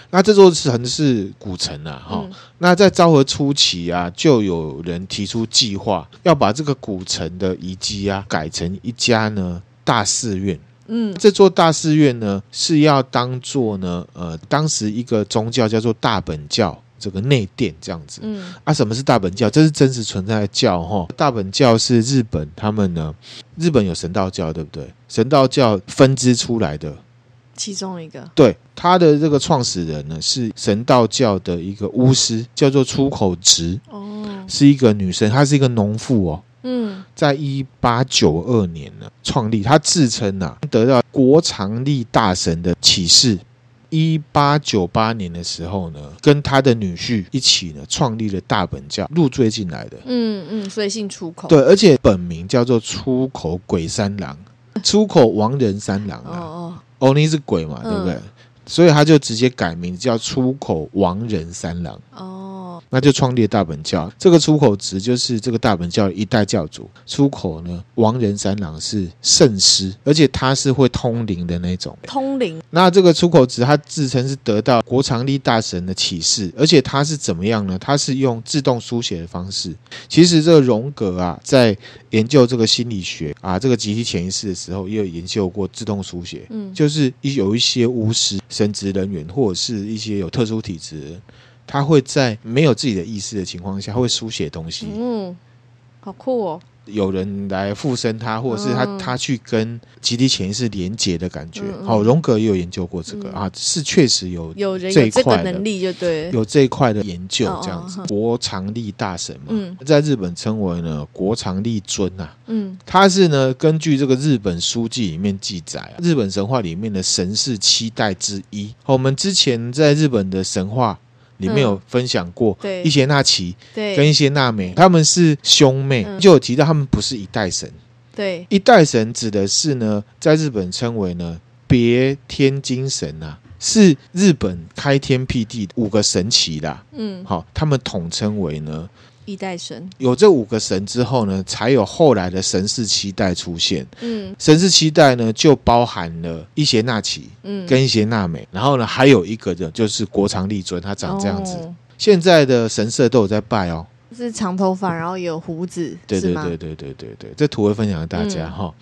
Speaker 1: 那这座城是古城啊，哈、
Speaker 2: 嗯
Speaker 1: 那在昭和初期啊，就有人提出计划，要把这个古城的遗迹啊，改成一家呢大寺院。
Speaker 2: 嗯，
Speaker 1: 这座大寺院呢，是要当做呢，呃，当时一个宗教叫做大本教这个内殿这样子。
Speaker 2: 嗯，
Speaker 1: 啊，什么是大本教？这是真实存在的教哈。大本教是日本他们呢，日本有神道教，对不对？神道教分支出来的，
Speaker 2: 其中一个，
Speaker 1: 对，他的这个创始人呢是神道教的一个巫师，叫做出口直，
Speaker 2: 哦，
Speaker 1: 是一个女生，她是一个农妇哦。
Speaker 2: 嗯，
Speaker 1: 在一八九二年呢创立，她自称啊得到国常力大神的启示。一八九八年的时候呢，跟他的女婿一起呢创立了大本教，入赘进来的。
Speaker 2: 嗯嗯，所以姓出口，
Speaker 1: 对，而且本名叫做出口鬼三郎， 出口王人三郎
Speaker 2: 哦
Speaker 1: 啊。
Speaker 2: 哦，
Speaker 1: 欧尼是鬼嘛，
Speaker 2: 嗯
Speaker 1: 对不对？所以他就直接改名叫出口王仁三郎，
Speaker 2: 哦，
Speaker 1: 那就创立了大本教。这个出口值就是这个大本教的一代教主。出口呢，王仁三郎是圣师，而且他是会通灵的那种。
Speaker 2: 通灵，
Speaker 1: 那这个出口值，他自称是得到国常力大神的启示，而且他是怎么样呢？他是用自动书写的方式。其实这个荣格啊，在研究这个心理学啊，这个集体潜意识的时候，也有研究过自动书写。
Speaker 2: 嗯，
Speaker 1: 就是一有一些巫师、神职人员或者是一些有特殊体质的人，他会在没有自己的意识的情况下，会书写东西。
Speaker 2: 嗯，好酷哦，
Speaker 1: 有人来附身他，或者是他、
Speaker 2: 嗯
Speaker 1: 他去跟集体潜意识连接的感觉
Speaker 2: 嗯。嗯
Speaker 1: 好、荣格也有研究过这个、
Speaker 2: 嗯
Speaker 1: 啊，是确实有
Speaker 2: 有人
Speaker 1: 这
Speaker 2: 有
Speaker 1: 一
Speaker 2: 这
Speaker 1: 块
Speaker 2: 个
Speaker 1: 的
Speaker 2: 能力就对了，
Speaker 1: 有这一块的研究
Speaker 2: 哦，
Speaker 1: 这样子
Speaker 2: 哦。
Speaker 1: 国常力大神嘛，
Speaker 2: 嗯
Speaker 1: 在日本称为呢国常力尊啊。
Speaker 2: 嗯
Speaker 1: 他是呢，根据这个日本书记里面记载啊，日本神话里面的神是七代之一。哦我们之前在日本的神话里面
Speaker 2: 嗯
Speaker 1: 有分享过，
Speaker 2: 对
Speaker 1: 伊邪那岐跟
Speaker 2: 对
Speaker 1: 伊邪那美，他们是兄妹，
Speaker 2: 嗯
Speaker 1: 就有提到他们不是一代神。
Speaker 2: 对，
Speaker 1: 一代神指的是呢，在日本称为呢别天津神啊，是日本开天辟地五个神奇啦。
Speaker 2: 嗯，
Speaker 1: 好、他们统称为呢，
Speaker 2: 一代神，
Speaker 1: 有这五个神之后呢，才有后来的神是七代出现。
Speaker 2: 嗯
Speaker 1: 神是七代呢，就包含了伊邪那岐
Speaker 2: 嗯，
Speaker 1: 跟伊邪那美，然后呢，还有一个的就是国长立尊，他长这样子。
Speaker 2: 哦
Speaker 1: 现在的神社都有在拜哦。
Speaker 2: 是长头发，然后也有胡子，
Speaker 1: 对
Speaker 2: 是
Speaker 1: 对
Speaker 2: 吗
Speaker 1: 对对对对对，这图会分享给大家
Speaker 2: 嗯
Speaker 1: 哈、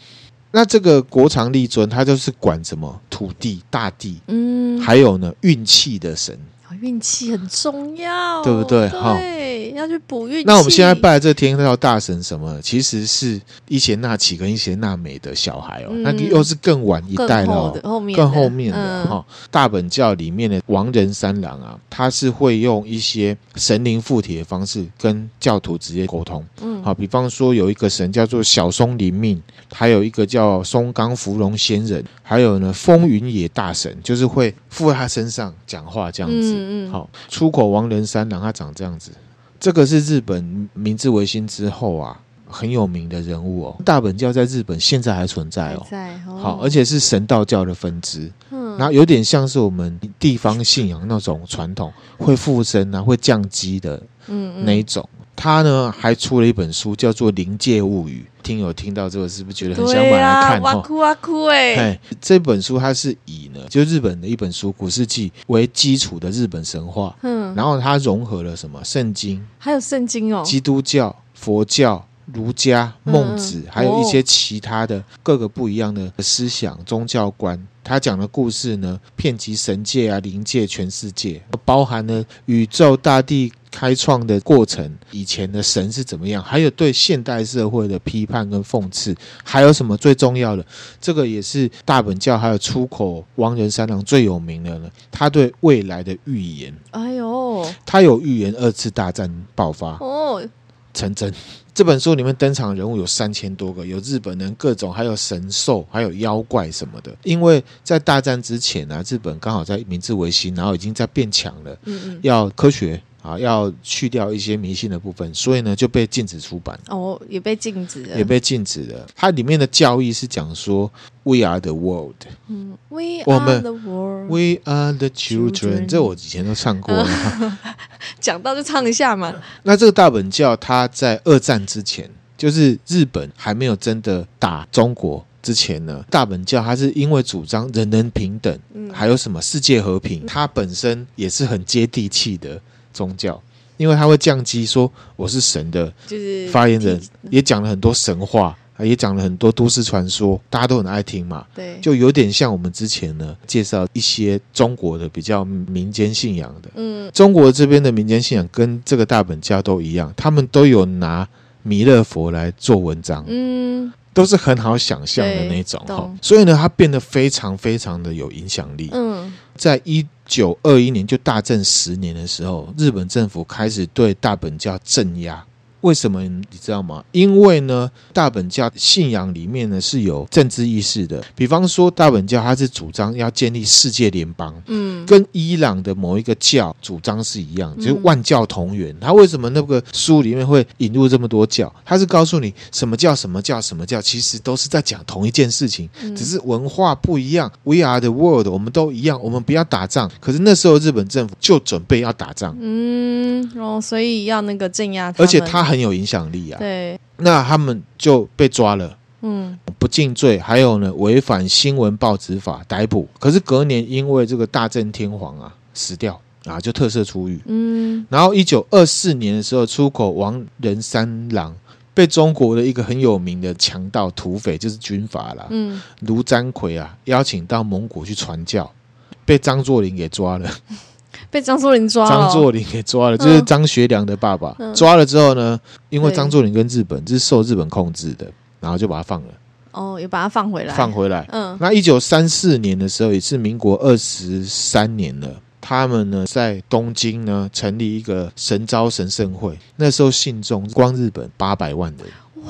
Speaker 1: 那这个国长立尊，他就是管什么土地、大地，
Speaker 2: 嗯，
Speaker 1: 还有呢运气的神。
Speaker 2: 哦运气很重要，
Speaker 1: 对不对哈
Speaker 2: 对，要去补运气。
Speaker 1: 那我们现在拜的这天道大神什么？其实是伊邪那岐跟伊邪那美的小孩哦，
Speaker 2: 嗯
Speaker 1: 那又是更晚一
Speaker 2: 更
Speaker 1: 代了、
Speaker 2: 后
Speaker 1: 哦
Speaker 2: 的。后面
Speaker 1: 更
Speaker 2: 的
Speaker 1: 后面的
Speaker 2: 嗯
Speaker 1: 哈、大本教里面的王仁三郎啊，他是会用一些神灵附体的方式跟教徒直接沟通。
Speaker 2: 嗯
Speaker 1: 好，比方说有一个神叫做小松灵命，还有一个叫松冈福龙仙人，还有呢风云野大神，就是会附在他身上讲话这样子。
Speaker 2: 嗯嗯，
Speaker 1: 好，出口王仁三郎他长这样子，这个是日本明治维新之后啊。很有名的人物哦。大本教在日本现在还存在
Speaker 2: 还
Speaker 1: 哦，
Speaker 2: 在哦
Speaker 1: 好，而且是神道教的分支，
Speaker 2: 嗯
Speaker 1: 然后有点像是我们地方信仰那种传统，会附身啊，会降级的
Speaker 2: 嗯
Speaker 1: 那一种。他呢还出了一本书，叫做《灵界物语》。听友听到这个是不是觉得很想买
Speaker 2: 对
Speaker 1: 来
Speaker 2: 啊，
Speaker 1: 看？哦
Speaker 2: 哇
Speaker 1: 哈？
Speaker 2: 哭哇哭哎，
Speaker 1: 哎，这本书它是以呢，就日本的一本书《古世纪》为基础的日本神话，
Speaker 2: 嗯，
Speaker 1: 然后它融合了什么圣经、
Speaker 2: 还有圣经哦，
Speaker 1: 基督教、佛教、儒家、
Speaker 2: 嗯
Speaker 1: 孟子，
Speaker 2: 嗯
Speaker 1: 还有一些其他的各个不一样的思想、宗教观。他讲的故事呢，遍及神界啊、灵界、全世界，包含了宇宙大地开创的过程，以前的神是怎么样，还有对现代社会的批判跟讽刺，还有什么最重要的？这个也是大本教还有出口王仁三郎最有名的呢，他对未来的预言，
Speaker 2: 哎呦
Speaker 1: 他有预言二次大战爆发，
Speaker 2: 哦，
Speaker 1: 成真。这本书里面登场的人物有三千多个，有日本人各种，还有神兽，还有妖怪什么的。因为在大战之前啊，日本刚好在明治维新，然后已经在变强了，
Speaker 2: 嗯嗯，
Speaker 1: 要科学啊，要去掉一些迷信的部分，所以呢就被禁止出版，
Speaker 2: 哦也被禁止了，
Speaker 1: 也被禁止了。它里面的教义是讲说，We are the world,
Speaker 2: 嗯，We
Speaker 1: 我
Speaker 2: are
Speaker 1: 们
Speaker 2: the world，
Speaker 1: we are the children。
Speaker 2: Children
Speaker 1: 这我以前都唱过了。
Speaker 2: 讲到就唱一下嘛，
Speaker 1: 那这个大本教，他在二战之前，就是日本还没有真的打中国之前呢，大本教他是因为主张人人平等，
Speaker 2: 嗯，
Speaker 1: 还有什么世界和平，他本身也是很接地气的宗教。因为他会降级说我是神的
Speaker 2: 就是
Speaker 1: 发言人
Speaker 2: 提，
Speaker 1: 也讲了很多神话，也讲了很多都市传说，大家都很爱听嘛。
Speaker 2: 对，
Speaker 1: 就有点像我们之前呢介绍一些中国的比较民间信仰的，
Speaker 2: 嗯
Speaker 1: 中国这边的民间信仰跟这个大本家都一样，他们都有拿弥勒佛来做文章，
Speaker 2: 嗯，
Speaker 1: 都是很好想象的那种
Speaker 2: 对
Speaker 1: 哈
Speaker 2: 懂。
Speaker 1: 所以呢，它变得非常非常的有影响力。
Speaker 2: 嗯，
Speaker 1: 在一九二一年就大正十年的时候，日本政府开始对大本教镇压。为什么你知道吗？因为呢，大本教信仰里面呢是有政治意识的。比方说，大本教它是主张要建立世界联邦，
Speaker 2: 嗯，
Speaker 1: 跟伊朗的某一个教主张是一样，就是
Speaker 2: 嗯
Speaker 1: 万教同源。他为什么那个书里面会引入这么多教？他是告诉你什么教、什么教、什么教，其实都是在讲同一件事情，
Speaker 2: 嗯
Speaker 1: 只是文化不一样。We are the world，我们都一样，我们不要打仗。可是那时候日本政府就准备要打仗，
Speaker 2: 嗯，哦，所以要那个镇压他
Speaker 1: 而且
Speaker 2: 们
Speaker 1: 他很有影响力啊。
Speaker 2: 对，
Speaker 1: 那他们就被抓了。
Speaker 2: 嗯
Speaker 1: 不敬罪，还有呢违反新闻报纸法逮捕。可是隔年因为这个大正天皇啊死掉啊，就特赦出狱。
Speaker 2: 嗯
Speaker 1: 然后一九二四年的时候，出口王仁三郎被中国的一个很有名的强盗土匪，就是军阀啦，
Speaker 2: 嗯，
Speaker 1: 卢占奎啊，邀请到蒙古去传教。被张作霖给抓了，
Speaker 2: 被张作霖抓了，
Speaker 1: 张作霖给抓了，就是张学良的爸爸。
Speaker 2: 哦嗯
Speaker 1: 抓了之后呢，因为
Speaker 2: 对
Speaker 1: 张作霖跟日本是受日本控制的，然后就把他放了，
Speaker 2: 哦，也把他放回来，
Speaker 1: 放回来。
Speaker 2: 嗯
Speaker 1: 那一九三四年的时候，也是民国二十三年了。他们呢，在东京呢成立一个神招神圣会，那时候信众光日本八百万人，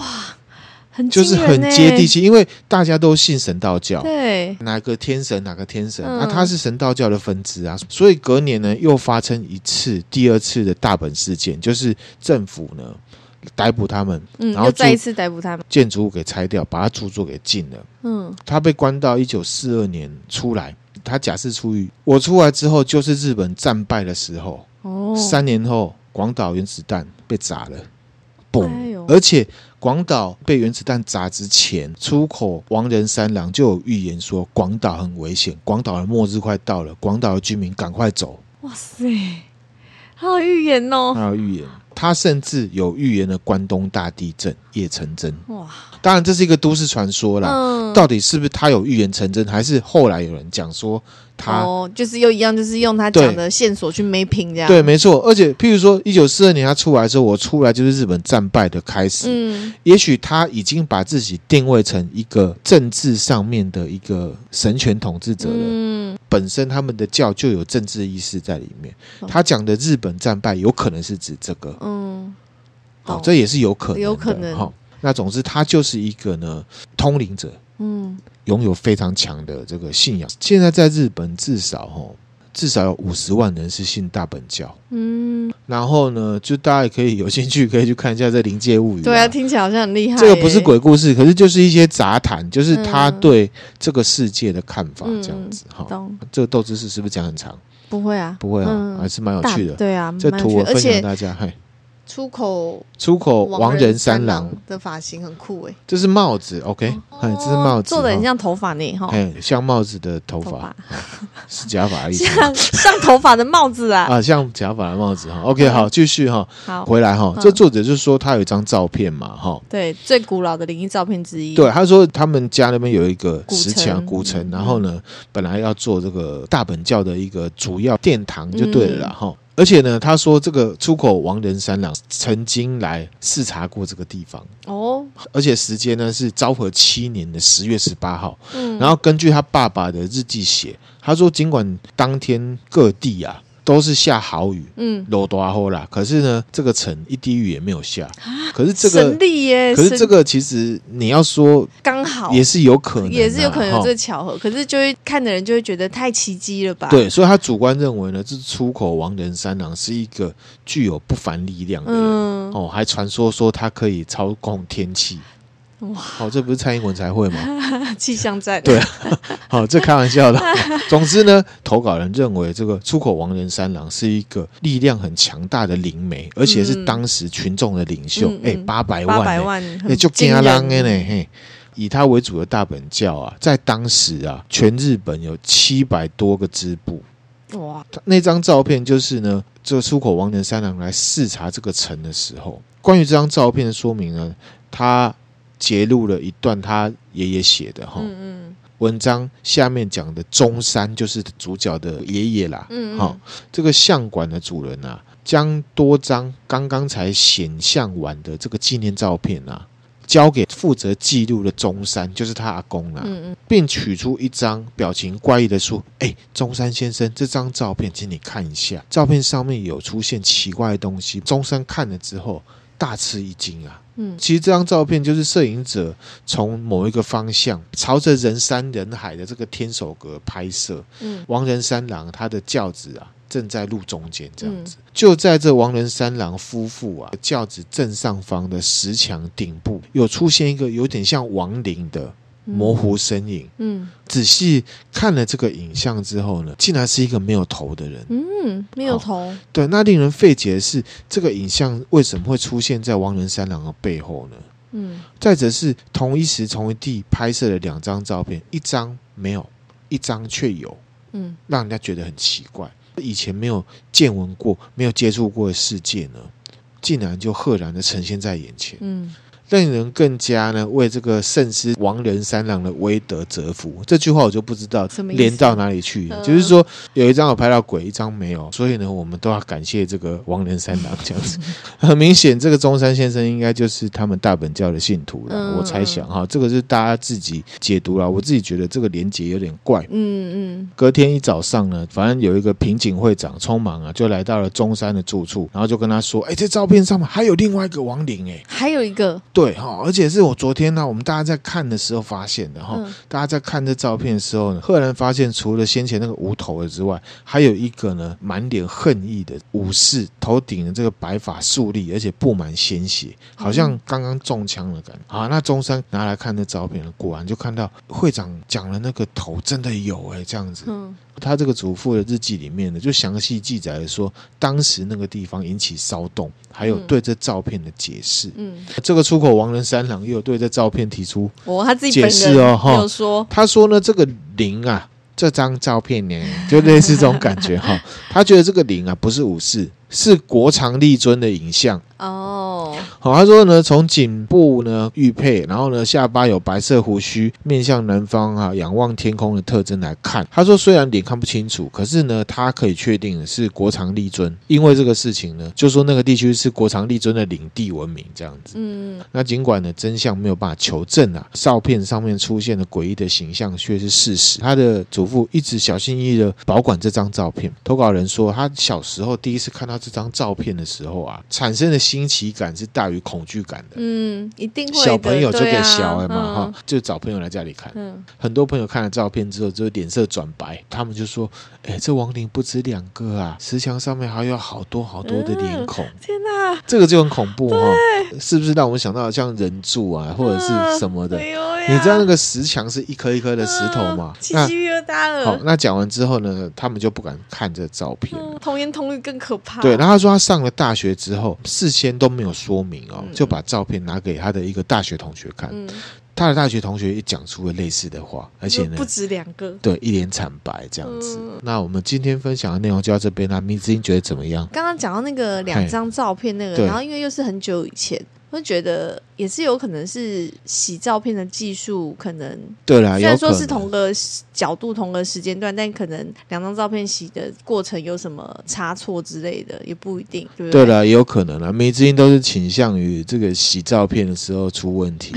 Speaker 2: 很
Speaker 1: 就是
Speaker 2: 惊人
Speaker 1: 很
Speaker 2: 呢
Speaker 1: 接地，气，因为大家都信神道教，
Speaker 2: 对，
Speaker 1: 哪个天神哪个天神，那、
Speaker 2: 嗯
Speaker 1: 他是神道教的分支啊，所以隔年呢又发生一次第二次的大本事件，就是政府呢逮捕他们，
Speaker 2: 嗯，
Speaker 1: 然后
Speaker 2: 又再
Speaker 1: 就
Speaker 2: 一次逮捕他们，
Speaker 1: 建筑物给拆掉，把他住作给禁了。
Speaker 2: 嗯
Speaker 1: 他被关到一九四二年出来，他假释出狱。我出来之后，就是日本战败的时候，
Speaker 2: 哦，
Speaker 1: 三年后，广岛原子弹被砸了，嘣！
Speaker 2: 哎呦
Speaker 1: 而且广岛被原子弹砸之前，出口王仁三郎就有预言说广岛很危险，广岛的末日快到了，广岛的居民赶快走。
Speaker 2: 哇塞，好有预言哦，
Speaker 1: 他有预言，他甚至有预言了关东大地震也成真。
Speaker 2: 哇，
Speaker 1: 当然，这是一个都市传说嗯啦。
Speaker 2: 嗯，
Speaker 1: 到底是不是他有预言成真，还是后来有人讲说他、
Speaker 2: 哦，就是又一样，就是用他
Speaker 1: 对
Speaker 2: 讲的线索去 mapping 这样，
Speaker 1: 对，，没错。而且，譬如说，一九四二年他出来的时候，我出来就是日本战败的开始。
Speaker 2: 嗯
Speaker 1: 也许他已经把自己定位成一个政治上面的一个神权统治者了。
Speaker 2: 嗯，
Speaker 1: 本身他们的教就有政治意识在里面。
Speaker 2: 懂
Speaker 1: 他讲的日本战败，有可能是指这个，
Speaker 2: 嗯，
Speaker 1: 好、
Speaker 2: 懂
Speaker 1: 这也是有可能的，
Speaker 2: 有可能
Speaker 1: 好、那总之，他就是一个呢通灵者，
Speaker 2: 嗯
Speaker 1: 拥有非常强的这个信仰。现在在日本，至少哈、哦，至少有五十万人是信大本教。
Speaker 2: 嗯，
Speaker 1: 然后呢，就大家也可以有兴趣可以去看一下这《灵界物语》。
Speaker 2: 对啊，听起来好像很厉害、
Speaker 1: 这个不是
Speaker 2: 欸，
Speaker 1: 鬼故事，可是就是一些杂谈，就是他
Speaker 2: 嗯
Speaker 1: 对这个世界的看法这样子哈。
Speaker 2: 懂？
Speaker 1: 这个斗知识是不是讲很长？
Speaker 2: 不会啊，
Speaker 1: 不会啊，
Speaker 2: 嗯
Speaker 1: 还是蛮有
Speaker 2: 大
Speaker 1: 趣的。
Speaker 2: 对啊，
Speaker 1: 这
Speaker 2: 蛮有
Speaker 1: 图
Speaker 2: 趣
Speaker 1: 我
Speaker 2: 的而
Speaker 1: 分享给
Speaker 2: 且
Speaker 1: 大家。嘿，
Speaker 2: 出口
Speaker 1: 出口王人三郎
Speaker 2: 郎，的发型很酷哎、
Speaker 1: 这是帽子，OK，嘿，这是帽子，
Speaker 2: 哦做的很
Speaker 1: 哈，
Speaker 2: 像头发呢哈，
Speaker 1: 嘿，像帽子的头
Speaker 2: 头
Speaker 1: 发
Speaker 2: 发
Speaker 1: 是假发的意思吗
Speaker 2: 像像头发的帽子啊。
Speaker 1: 啊，像假发的帽子哈。OK，好，继续哈，
Speaker 2: 好，
Speaker 1: 回来哈。
Speaker 2: 嗯
Speaker 1: 这作者就说他有一张照片嘛，哈，
Speaker 2: 对，最古老的灵异照片之一。
Speaker 1: 对，，啊他说他们家那边有一个石墙古
Speaker 2: 嗯古城
Speaker 1: 城，
Speaker 2: 嗯
Speaker 1: 然后呢，本来要做这个大本教的一个主要殿堂就对了啦
Speaker 2: 嗯
Speaker 1: 哈。而且呢，他说这个出口王仁三郎曾经来视察过这个地方，
Speaker 2: 哦，
Speaker 1: 而且时间呢是昭和七年的十月十八号。
Speaker 2: 嗯，
Speaker 1: 然后根据他爸爸的日记写，他说尽管当天各地啊都是下好雨，
Speaker 2: 嗯，
Speaker 1: 落大后啦，可是呢，这个城一滴雨也没有下。
Speaker 2: 啊
Speaker 1: 可是这个
Speaker 2: 神，力耶，
Speaker 1: 可是这
Speaker 2: 神
Speaker 1: 个其实你要说
Speaker 2: 刚好
Speaker 1: 也是有可能啊、
Speaker 2: 也是有可能有
Speaker 1: 哈
Speaker 2: 这个巧合，可是就会看的人就会觉得太奇迹了吧？
Speaker 1: 对，所以他主观认为呢，这出口王仁三郎是一个具有不凡力量的人。
Speaker 2: 嗯，
Speaker 1: 哦，还传说说他可以操控天气，
Speaker 2: 哇，
Speaker 1: 哦，这不是蔡英文才会吗？
Speaker 2: 气象站
Speaker 1: 对啊好、这开玩 笑的。总之呢，投稿人认为这个出口王仁三郎是一个力量很强大的灵媒，而且是
Speaker 2: 嗯
Speaker 1: 当时群众的领袖
Speaker 2: 嗯。
Speaker 1: 哎、
Speaker 2: 嗯
Speaker 1: 八百、
Speaker 2: 八
Speaker 1: 万、
Speaker 2: 百
Speaker 1: 欸，
Speaker 2: 万，
Speaker 1: 也
Speaker 2: 很
Speaker 1: 就
Speaker 2: 惊
Speaker 1: 惊人的呢，
Speaker 2: 人
Speaker 1: 嘿。以他为主的大本教啊，在当时啊，全日本有七百多个支部。
Speaker 2: 哇，
Speaker 1: 他那张照片就是呢，这个出口王仁三郎来视察这个城的时候，关于这张照片的说明呢，他截录了一段他爷爷写的哈、
Speaker 2: 嗯嗯
Speaker 1: 文章，下面讲的中山就是主角的爷爷啦。
Speaker 2: 嗯，
Speaker 1: 好、这个相馆的主人啊，将多张刚刚才显像完的这个纪念照片啊，交给负责记录的中山，就是他阿公啦、
Speaker 2: 嗯嗯
Speaker 1: 并取出一张表情怪异的说：“哎，中山先生，这张照片，请你看一下，照片上面有出现奇怪的东西。”中山看了之后大吃一惊啊！
Speaker 2: 嗯
Speaker 1: 其实这张照片就是摄影者从某一个方向朝着人山人海的这个天守阁拍摄，
Speaker 2: 嗯
Speaker 1: 王仁三郎他的轿子啊正在路中间这样子，就在这王仁三郎夫妇啊轿子正上方的石墙顶部，有出现一个有点像亡灵的
Speaker 2: 嗯，
Speaker 1: 模糊身影。
Speaker 2: 嗯，
Speaker 1: 仔细看了这个影像之后呢，竟然是一个没有头的人。
Speaker 2: 嗯嗯，没有头，
Speaker 1: 对，那令人费解的是，这个影像为什么会出现在王仁三郎的背后呢？
Speaker 2: 嗯
Speaker 1: 再者是同一时同一地拍摄了两张照片，一张没有，一张却有，
Speaker 2: 嗯
Speaker 1: 让人家觉得很奇怪。以前没有见闻过、没有接触过的世界呢，竟然就赫然的呈现在眼前。
Speaker 2: 嗯，
Speaker 1: 令人更加呢为这个圣师王仁三郎的威德折服。这句话我就不知道
Speaker 2: 什么意思
Speaker 1: 连到哪里去了，
Speaker 2: 嗯
Speaker 1: 就是说有一张有拍到鬼，一张没有，所以呢我们都要感谢这个王仁三郎这 样 子。很明显，这个中山先生应该就是他们大本教的信徒了，
Speaker 2: 嗯
Speaker 1: 我猜想哈，这个是大家自己解读啦。我自己觉得这个连结有点怪。
Speaker 2: 嗯嗯
Speaker 1: 隔天一早上呢，反正有一个平井会长匆忙啊，就来到了中山的住处，然后就跟他说：“哎、这照片上面还有另外一个亡灵哎、
Speaker 2: 还有一个，
Speaker 1: 对哈，而且是我昨天呢、我们大家在看的时候发现的哈。
Speaker 2: 嗯
Speaker 1: 大家在看这照片的时候呢，赫然发现除了先前那个无头的之外，还有一个呢满脸恨意的武士，头顶的这个白发竖立，而且布满鲜血，好像刚刚中枪的感觉。啊，那中山拿来看这照片，果然就看到会长讲了那个头真的有哎、这样子。
Speaker 2: 嗯
Speaker 1: 他这个祖父的日记里面呢，就详细记载了说当时那个地方引起骚动，还有
Speaker 2: 嗯
Speaker 1: 对这照片的解释。
Speaker 2: 嗯，
Speaker 1: 这个出口王仁三郎也有对这照片提出，
Speaker 2: 我他自己本
Speaker 1: 解
Speaker 2: 人
Speaker 1: 释哦哈
Speaker 2: 没有说，
Speaker 1: 他说呢，这个灵啊，这张照片呢，就类似这种感觉哈、他觉得这个灵啊，不是武士，是国常立尊的影像。
Speaker 2: 哦，
Speaker 1: 好、他说呢，从颈部呢玉佩，然后呢下巴有白色胡须，面向南方啊，仰望天空的特征来看，他说虽然脸看不清楚，可是呢，他可以确定是国常立尊，因为这个事情呢，就说那个地区是国常立尊的领地文明这样子。
Speaker 2: 嗯
Speaker 1: 那尽管呢真相没有办法求证啊，照片上面出现的诡异的形象却是事实。他的祖父一直小心翼翼的保管这张照片。投稿人说，他小时候第一次看到到这张照片的时候啊，产生的新奇感是大于恐惧感的。
Speaker 2: 嗯，一定会的
Speaker 1: 小朋友就给小
Speaker 2: 对
Speaker 1: 的
Speaker 2: 啊
Speaker 1: 嘛哈、就找朋友来家里看。
Speaker 2: 嗯
Speaker 1: 很多朋友看了照片之后，就脸色转白，他们就说：“哎，这王林不止两个啊，石墙上面还有好多好多的脸孔，
Speaker 2: 嗯，天哪，
Speaker 1: 这个就很恐怖哈、哦是不是让我们想到像人柱啊，或者是什么的？
Speaker 2: 哎呦呀
Speaker 1: 你知道那个石墙是一颗一颗的石头吗
Speaker 2: 嗯？起
Speaker 1: 那
Speaker 2: 鸡皮疙瘩
Speaker 1: 好，
Speaker 2: 了，
Speaker 1: 那讲完之后呢，他们就不敢看这照片了。
Speaker 2: 嗯童言童语更可怕。
Speaker 1: 对，然后他说他上了大学之后，事先都没有说明哦，
Speaker 2: 嗯
Speaker 1: 就把照片拿给他的一个大学同学看，
Speaker 2: 嗯，
Speaker 1: 他的大学同学也讲出了类似的话，而且呢
Speaker 2: 不，止两个。
Speaker 1: 对，一脸惨白这样子。
Speaker 2: 嗯
Speaker 1: 那我们今天分享的内容就到这边啦，迷之音觉得怎么样？
Speaker 2: 刚刚讲到那个两张照片那
Speaker 1: 对
Speaker 2: 个，然后因为又是很久以前，我就觉得也是有可能是洗照片的技术，可能
Speaker 1: 对啦，
Speaker 2: 虽
Speaker 1: 啊有
Speaker 2: 然
Speaker 1: 可
Speaker 2: 说是
Speaker 1: 能
Speaker 2: 同个角度、同个时间段，但可能两张照片洗的过程有什么差错之类的，也不一定，对不
Speaker 1: 对
Speaker 2: 对
Speaker 1: 啦，也有可能啦，迷之音都是倾向于这个洗照片的时候出问题。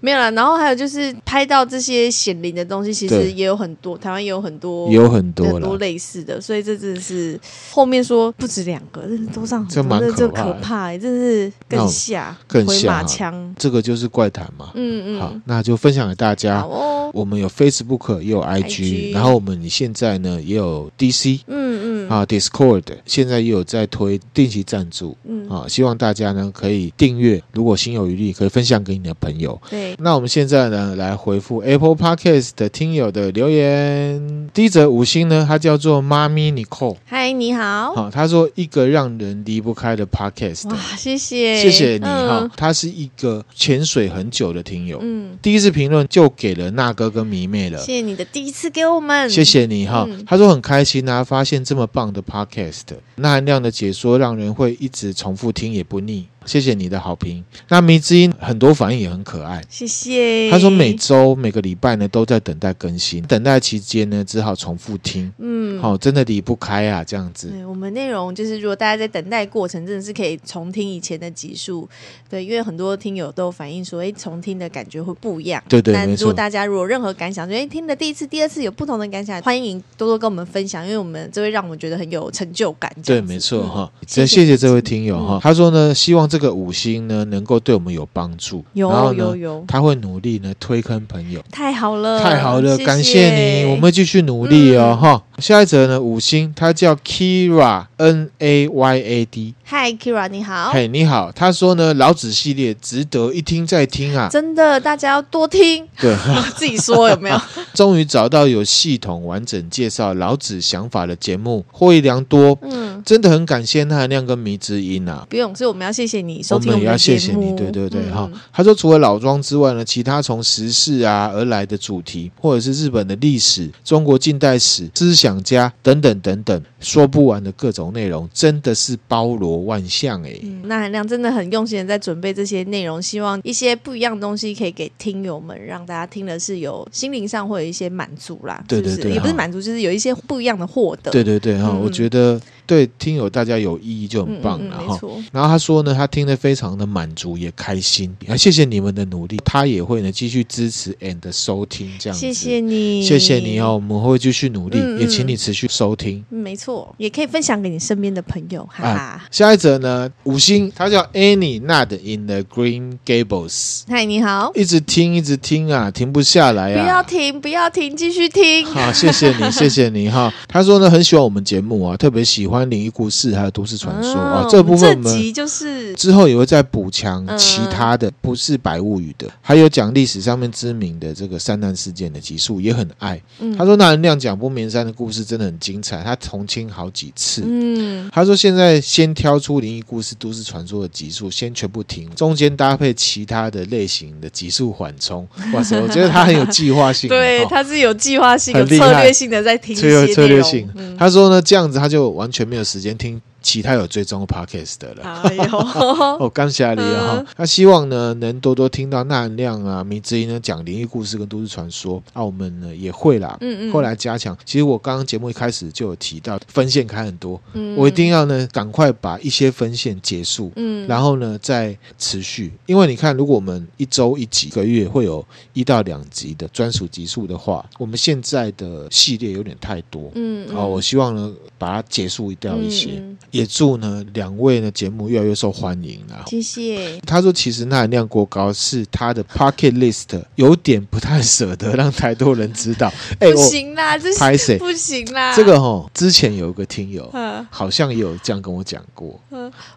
Speaker 2: 没有啦，然后还有就是拍到这些显灵的东西，其
Speaker 1: 对
Speaker 2: 实也有很多，台湾也有很多，
Speaker 1: 也有很多
Speaker 2: 很
Speaker 1: 啦
Speaker 2: 哦多。类似的，所以这真的是后面说不止两个，真的都上
Speaker 1: 这
Speaker 2: 很
Speaker 1: 蛮
Speaker 2: 多，
Speaker 1: 可
Speaker 2: 这这
Speaker 1: 怕
Speaker 2: 可
Speaker 1: 的
Speaker 2: 怕、欸，真是
Speaker 1: 那我
Speaker 2: 更
Speaker 1: 们
Speaker 2: 吓，
Speaker 1: 更
Speaker 2: 回
Speaker 1: 吓啊
Speaker 2: 马
Speaker 1: 哈
Speaker 2: 枪，
Speaker 1: 这个就是怪谈嘛。
Speaker 2: 嗯
Speaker 1: 好
Speaker 2: 嗯，，
Speaker 1: 那就分享给大家。
Speaker 2: 好哦，
Speaker 1: 我们有 Facebook，也有 IG，,
Speaker 2: IG
Speaker 1: 然后我们现在呢也有 DC
Speaker 2: 嗯嗯，
Speaker 1: 啊 Discord，现在也有在推定期赞助
Speaker 2: 嗯，
Speaker 1: 啊，希望大家呢可以订阅，如果心有余力可以分享给你的朋友。
Speaker 2: 对，
Speaker 1: 那我们现在呢来回复 Apple Podcast 的听友的留言，第一则五星呢，它叫做妈咪 Nicole，
Speaker 2: 嗨，你好，
Speaker 1: 好、他说一个让人离不开的 Podcast，
Speaker 2: 哇，谢谢，
Speaker 1: 谢谢你哈、
Speaker 2: 嗯
Speaker 1: 他是一个潜水很久的听友。
Speaker 2: 嗯，
Speaker 1: 第一次评论就给了那哥跟迷妹了，
Speaker 2: 谢谢你的第一次给我们，
Speaker 1: 谢，谢你哈、
Speaker 2: 嗯
Speaker 1: 他说很开心啊，发现这么棒的 podcast，那含量的解说让人会一直重复听也不腻。谢谢你的好评。那迷之音很多反应也很可爱。
Speaker 2: 谢谢。
Speaker 1: 他说每周每个礼拜呢都在等待更新，等待期间呢只好重复听。
Speaker 2: 嗯，
Speaker 1: 好、真的离不开啊，这样子。
Speaker 2: 对，我们内容就是，如果大家在等待过程，真的是可以重听以前的集数，对，因为很多听友都有反映说，哎，重听的感觉会不一样。
Speaker 1: 对对
Speaker 2: 但
Speaker 1: 没
Speaker 2: 如果
Speaker 1: 错
Speaker 2: 大家如果有任何感想，觉得哎听的第一次、第二次有不同的感想，欢迎多多跟我们分享，因为我们这会让我们觉得很有成就感。这
Speaker 1: 对，
Speaker 2: 样子
Speaker 1: 没错
Speaker 2: 嗯
Speaker 1: 哈，
Speaker 2: 谢
Speaker 1: 真
Speaker 2: 谢
Speaker 1: 谢谢这位听友
Speaker 2: 嗯
Speaker 1: 哈。他说呢，希望这个五星呢能够对我们有帮助，然后
Speaker 2: 有有
Speaker 1: 呢，
Speaker 2: 有，
Speaker 1: 他会努力呢推坑朋友。
Speaker 2: 太好了，
Speaker 1: 太好了，
Speaker 2: 谢嗯
Speaker 1: 感谢你，我们会继续努力哦，哈、下一则呢，五星，他叫 Kira N A Y A D，
Speaker 2: 嗨 Kira 你好，
Speaker 1: 嘿，你好，他说呢，老子系列值得一听再听啊，
Speaker 2: 真的大家要多听，
Speaker 1: 对，
Speaker 2: 自己说有没有？
Speaker 1: 终于找到有系统完整介绍老子想法的节目，获益良多，
Speaker 2: 嗯，
Speaker 1: 真的很感谢那含量跟迷之音啊。
Speaker 2: 不用，所以我们要谢谢你收听
Speaker 1: 我们
Speaker 2: 们
Speaker 1: 也要
Speaker 2: 的节
Speaker 1: 谢
Speaker 2: 目，
Speaker 1: 谢你，对对对
Speaker 2: 嗯
Speaker 1: 哈、他说，除了老庄之外呢，其他从时事啊而来的主题，或者是日本的历史、中国近代史、思想家等等等等，说不完的各种内容，真的是包罗万象欸诶。
Speaker 2: 嗯，那含量真的很用心的在准备这些内容，希望一些不一样的东西可以给听友们，让大家听的是有心灵上会有一些满足啦，
Speaker 1: 对对
Speaker 2: 是不
Speaker 1: 对
Speaker 2: 是也不是
Speaker 1: 哈
Speaker 2: 满足，就是有一些不一样的获得，
Speaker 1: 对对对哈、
Speaker 2: 嗯
Speaker 1: 我觉得对听友大家有意义就
Speaker 2: 嗯，
Speaker 1: 很棒
Speaker 2: 嗯
Speaker 1: 了
Speaker 2: 嗯
Speaker 1: 哈、
Speaker 2: 没错，
Speaker 1: 然后他说呢，他听得非常的满足，也开心，啊，谢谢你们的努力，他也会呢继续支持 and 收听这样子。
Speaker 2: 谢谢你，
Speaker 1: 谢谢你哦，我们会继续努力，
Speaker 2: 嗯嗯
Speaker 1: 也请你持续收听。
Speaker 2: 嗯。没错，也可以分享给你身边的朋友，哈哈。
Speaker 1: 下一则呢，五星，它叫 Annie Not in the Green Gables，
Speaker 2: 嗨，你好，
Speaker 1: 一直听一直听啊，停不下来
Speaker 2: 不要
Speaker 1: 啊。
Speaker 2: 停，不要停，继续听。
Speaker 1: 好，谢谢 你，谢谢你哈。他说呢，很喜欢我们节目啊，特别喜欢灵异故事还有都市传说啊、
Speaker 2: 嗯
Speaker 1: 这部分我
Speaker 2: 我们这
Speaker 1: 们
Speaker 2: 集就是
Speaker 1: 之后也会再补强
Speaker 2: 嗯
Speaker 1: 其他的，不是白物语的，还有讲历史上面知名的这个三难事件的集数，也很爱。
Speaker 2: 嗯
Speaker 1: 他说，那人亮讲不眠山的故事真的很精彩，他重听好几次。
Speaker 2: 嗯，
Speaker 1: 他说：“现在先挑出灵异故事、都市传说的集数，先全部听，中间搭配其他的类型的集数缓冲。”哇塞，我觉得他很有计划性啊。
Speaker 2: 对，
Speaker 1: 哦
Speaker 2: 它是有计划性、
Speaker 1: 很
Speaker 2: 有
Speaker 1: 厉
Speaker 2: 策
Speaker 1: 害
Speaker 2: 略性的在听一
Speaker 1: 策略
Speaker 2: 些
Speaker 1: 策
Speaker 2: 内
Speaker 1: 略
Speaker 2: 容
Speaker 1: 性。
Speaker 2: 嗯
Speaker 1: 他说呢，这样子他就完全没有时间听其他有追踪的 podcast 的了。
Speaker 2: 哎 呦，
Speaker 1: 哦，刚下你哈
Speaker 2: 嗯，
Speaker 1: 那希望呢能多多听到那含量啊、迷之音呢讲灵异故事跟都市传说，啊，我们呢也会啦，
Speaker 2: 嗯嗯，
Speaker 1: 后来加强。其实我刚刚节目一开始就有提到，分线开很多，
Speaker 2: 嗯
Speaker 1: 我一定要呢赶快把一些分线结束，
Speaker 2: 嗯，
Speaker 1: 然后呢再持续。因为你看，如果我们一周一集，一个月会有一到两集的专属集数的话，我们现在的系列有点太多。
Speaker 2: 嗯
Speaker 1: 哦，我希望呢把它结束掉一些。
Speaker 2: 嗯嗯
Speaker 1: 也祝呢两位呢节目越来越受欢迎啦。
Speaker 2: 谢谢。
Speaker 1: 他说：“其实钠含量过高是他的 pocket list 有点不太舍得让太多人知 道。哎、
Speaker 2: 不
Speaker 1: 我
Speaker 2: 行啦，这是
Speaker 1: 拍谁？
Speaker 2: 不行啊啦。
Speaker 1: 这个哈，之前有一个听友
Speaker 2: 嗯
Speaker 1: 好像也有这样跟我讲过。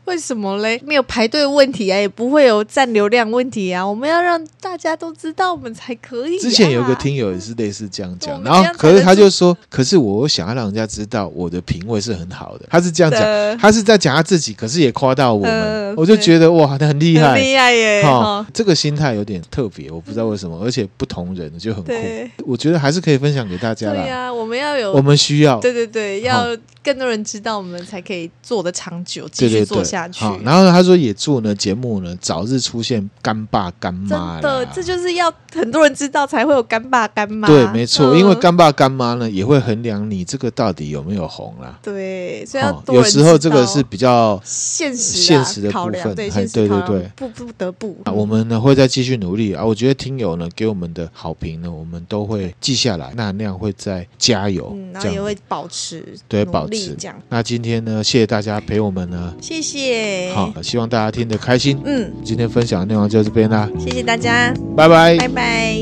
Speaker 2: 为什么嘞？没有排队问题啊，也不会有占流量问题啊。我们要让大家都知道我们才可以、啊。
Speaker 1: 之前有一个听友也是类似这样
Speaker 2: 我
Speaker 1: 讲，
Speaker 2: 们
Speaker 1: 然后
Speaker 2: 这样才
Speaker 1: 可是他
Speaker 2: 能
Speaker 1: 就说，可是我想要让人家知道我的品味是很好的。他是这样讲，
Speaker 2: 的
Speaker 1: 他是在讲他自己，可是也夸到我们
Speaker 2: 呃，
Speaker 1: 我就
Speaker 2: 对
Speaker 1: 觉得哇，他很厉
Speaker 2: 很
Speaker 1: 害。
Speaker 2: 厉害哦耶！
Speaker 1: 哈
Speaker 2: 哈，
Speaker 1: 这个心态有点特别，我不知道为什么，而且不同人就很酷。
Speaker 2: 对
Speaker 1: 我觉得还是可以分享给大家
Speaker 2: 对啊
Speaker 1: 啦。
Speaker 2: 呀、我们要有
Speaker 1: 我们需要
Speaker 2: 对对对，要更多人知道，我们才可以做得长久，继
Speaker 1: 对
Speaker 2: 续
Speaker 1: 对
Speaker 2: 做
Speaker 1: 对，
Speaker 2: 下去。
Speaker 1: 好，然后呢，他说也祝呢节目呢早日出现干爸干妈
Speaker 2: 真的
Speaker 1: 啦，
Speaker 2: 这就是要很多人知道才会有干爸干妈。
Speaker 1: 对，没错，
Speaker 2: 嗯
Speaker 1: 因为干爸干妈呢也会衡量你这个到底有没有红啦。
Speaker 2: 对，所以要
Speaker 1: 哦，
Speaker 2: 多
Speaker 1: 有
Speaker 2: 人
Speaker 1: 时候这
Speaker 2: 知道
Speaker 1: 个是比较
Speaker 2: 现实
Speaker 1: 现实的
Speaker 2: 考
Speaker 1: 部
Speaker 2: 量，
Speaker 1: 分
Speaker 2: 对
Speaker 1: 哎
Speaker 2: 现实
Speaker 1: 对
Speaker 2: 考
Speaker 1: 对
Speaker 2: 量，
Speaker 1: 对
Speaker 2: 不不得不
Speaker 1: 啊，我们呢会再继续努力啊。我觉得听友呢给我们的好评呢，我们都会记下来，那那样会再加油，
Speaker 2: 嗯，然
Speaker 1: 哦这
Speaker 2: 后也
Speaker 1: 样。
Speaker 2: 会保持
Speaker 1: 对
Speaker 2: 努
Speaker 1: 保
Speaker 2: 力
Speaker 1: 持
Speaker 2: 这样。
Speaker 1: 那今天呢，谢谢大家陪我们呢，
Speaker 2: 谢谢，
Speaker 1: 好，，希望大家听得开心。
Speaker 2: 嗯，
Speaker 1: 今天分享的内容就到这边啦，
Speaker 2: 谢谢大家，
Speaker 1: 拜拜
Speaker 2: 拜拜。